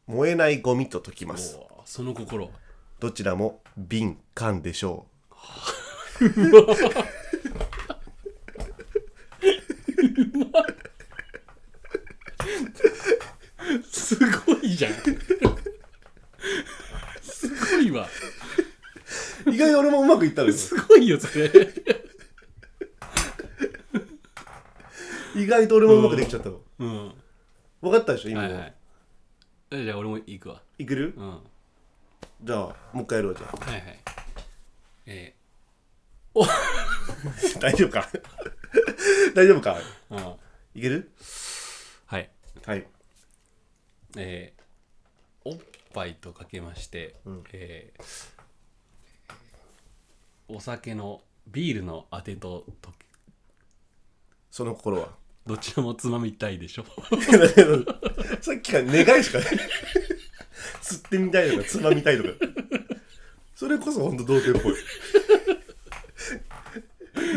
Speaker 2: 燃えないゴミと解きます
Speaker 1: おーその心
Speaker 2: どちらも敏感でしょ
Speaker 1: すごいじゃんすごいわ
Speaker 2: う意外に俺もうまくいったのよ
Speaker 1: すごいよそれ
Speaker 2: 意外と俺もうまくできちゃったの
Speaker 1: うんは
Speaker 2: 分かったでしょ
Speaker 1: い
Speaker 2: 今、
Speaker 1: はいえじゃあ俺も行くわ
Speaker 2: いける
Speaker 1: うんは
Speaker 2: じゃあもう一回やるわじゃあ
Speaker 1: いはいえ
Speaker 2: 大丈夫か 大丈夫か
Speaker 1: ーうん
Speaker 2: いける
Speaker 1: はい
Speaker 2: はい
Speaker 1: えーおっぱいとかけまして、えーお酒のビールのあてとと
Speaker 2: その心は
Speaker 1: どちらもつまみたいでしょ
Speaker 2: さっきから願いしかない吸ってみたいとかつまみたいとかそれこそほんと童貞っぽい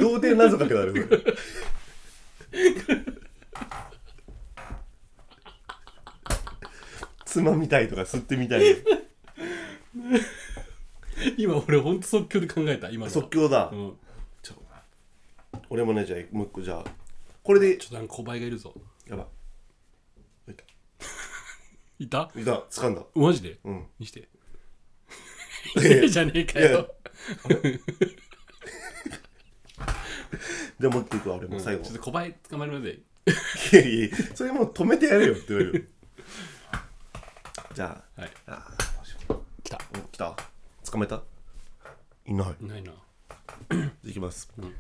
Speaker 2: 童貞謎かけだねこれつまみたいとか吸ってみたい
Speaker 1: 今俺ほんと即興で考えた今のは
Speaker 2: 即興だ、
Speaker 1: うん、
Speaker 2: ちょ俺もねじゃあもう一個じゃあこれで
Speaker 1: ちょっとなんか小林がいるぞ
Speaker 2: やばい
Speaker 1: いた
Speaker 2: いた掴んだ
Speaker 1: マジで
Speaker 2: うん
Speaker 1: 見して
Speaker 2: いやいや
Speaker 1: じゃねえかよ
Speaker 2: でもう一個いくわ俺も最後、
Speaker 1: ちょっと小林捕まえるまで
Speaker 2: いやいやいやそれもう止めてやれよってなるよじゃあ
Speaker 1: はい
Speaker 2: あ
Speaker 1: 来た
Speaker 2: ーお来た捕まえたいない
Speaker 1: いないな
Speaker 2: できます、
Speaker 1: うん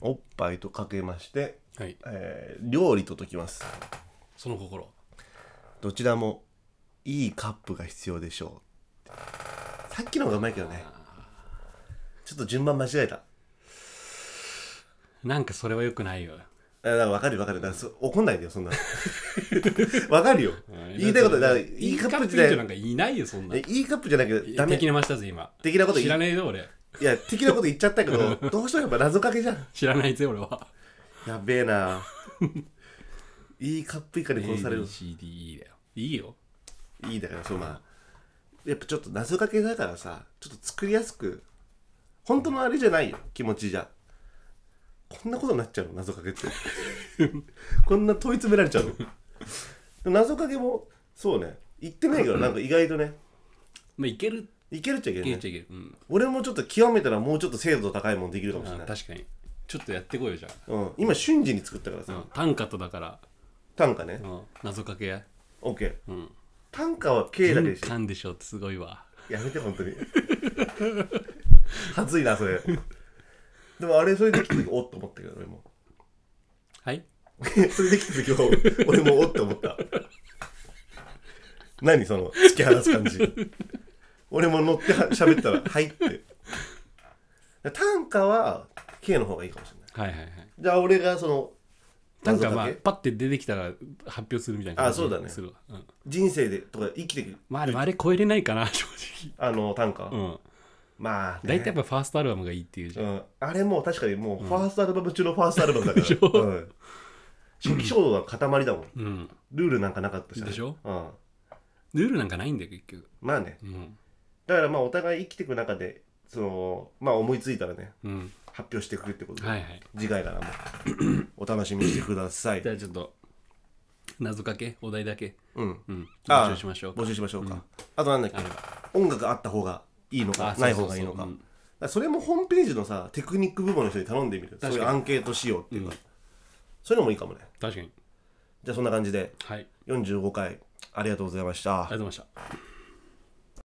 Speaker 2: おっぱいとかけまして、
Speaker 1: はい
Speaker 2: えー料理と解きます
Speaker 1: その心
Speaker 2: どちらもいいカップが必要でしょうさっきの方がうまいけどねちょっと順番間違えた
Speaker 1: なんかそれはよくないよ
Speaker 2: あだから分かる分かるだからそ怒んないでよそんな 分かるよ言いたいことだからい
Speaker 1: い
Speaker 2: い
Speaker 1: いカ
Speaker 2: カ
Speaker 1: ッ
Speaker 2: ッ
Speaker 1: プ
Speaker 2: プ
Speaker 1: じ
Speaker 2: じ
Speaker 1: ゃな
Speaker 2: ゃないい
Speaker 1: なんかいないよそんな
Speaker 2: えいいカップじゃないけどダメ
Speaker 1: 的なましたぜ今
Speaker 2: 的なこと
Speaker 1: 知
Speaker 2: 言
Speaker 1: ら
Speaker 2: い
Speaker 1: ねえぞ俺
Speaker 2: いや的なこと言っちゃったけどどうしてもやっぱ謎かけじゃん
Speaker 1: 知らないぜ俺は
Speaker 2: やべえないいカップ以下で殺される、
Speaker 1: ABCDE だよいいよ
Speaker 2: いいだからそうまあやっぱちょっと謎かけだからさちょっと作りやすく本当のあれじゃないよ気持ちじゃこんなことになっちゃうの謎かけって こんな問い詰められちゃうのでも謎かけもそうね言ってないけどなんか意外とね
Speaker 1: まあいける
Speaker 2: いけるっちゃいけ
Speaker 1: い
Speaker 2: な
Speaker 1: け
Speaker 2: い、
Speaker 1: るっちゃいけるうん
Speaker 2: 俺もちょっと極めたらもうちょっと精度高いもんできるかもしれ
Speaker 1: あ
Speaker 2: ない、
Speaker 1: 確かにちょっとやってこいよじゃ
Speaker 2: うん、今瞬時に作ったから
Speaker 1: あう
Speaker 2: さ
Speaker 1: ん短歌とだから
Speaker 2: 短歌ね
Speaker 1: うん謎かけや
Speaker 2: OK
Speaker 1: うん
Speaker 2: 短歌は K だけでしょ
Speaker 1: かんでしょってすごいわ
Speaker 2: やめて本当に 恥ずいなそれでもあれそれできた時おっと思ったけど俺も
Speaker 1: はい
Speaker 2: それできた時は俺もおっと思った何その突き放す感じ俺も乗っては喋ったら「はい」って短歌は K の方がいいかもしれない
Speaker 1: はいはいはい
Speaker 2: じゃあ俺がその
Speaker 1: なんかまあ
Speaker 2: 謎かけ
Speaker 1: パッて出てきたら発表するみたいな感じ
Speaker 2: あそうだね
Speaker 1: するわうん
Speaker 2: 人生でとか生きてくる
Speaker 1: まあでもあれ超えれないかな正直
Speaker 2: あの短歌、
Speaker 1: うん
Speaker 2: まあ、ね、
Speaker 1: 大体やっぱファーストアルバムがいいっていうじ
Speaker 2: う
Speaker 1: ゃん
Speaker 2: ん、あれもう確かにもうファーストアルバム中のファーストアルバムだから、
Speaker 1: でしょ
Speaker 2: うん、初期衝動の塊だもん
Speaker 1: うん
Speaker 2: ルールなんかなかったし
Speaker 1: でしょ、
Speaker 2: うん、
Speaker 1: ルールなんかないんだよ結局
Speaker 2: まあね
Speaker 1: うん
Speaker 2: だからまあお互い生きていく中でそのまあ思いついたらね
Speaker 1: うん
Speaker 2: 発表してくるってことで、
Speaker 1: はいはい
Speaker 2: 次回 からもお楽しみにしてください
Speaker 1: じゃあちょっと謎かけお題だけ
Speaker 2: うん
Speaker 1: うん
Speaker 2: ああ
Speaker 1: 募集しましょう
Speaker 2: 募集しましょうか、あとなんだっけ
Speaker 1: あれ
Speaker 2: 音楽あった方がいいの
Speaker 1: あ
Speaker 2: か
Speaker 1: そう
Speaker 2: ない
Speaker 1: そうそう
Speaker 2: 方がいいのか
Speaker 1: うん
Speaker 2: だからそれもホームページのさテクニック部門の人に頼んでみるそう
Speaker 1: かに
Speaker 2: いうアンケート仕様っていうか、
Speaker 1: うん
Speaker 2: そういうのもいいかもね
Speaker 1: 確かに
Speaker 2: じゃあそんな感じで
Speaker 1: はいあり
Speaker 2: 45回ありがとうございました
Speaker 1: がとうございました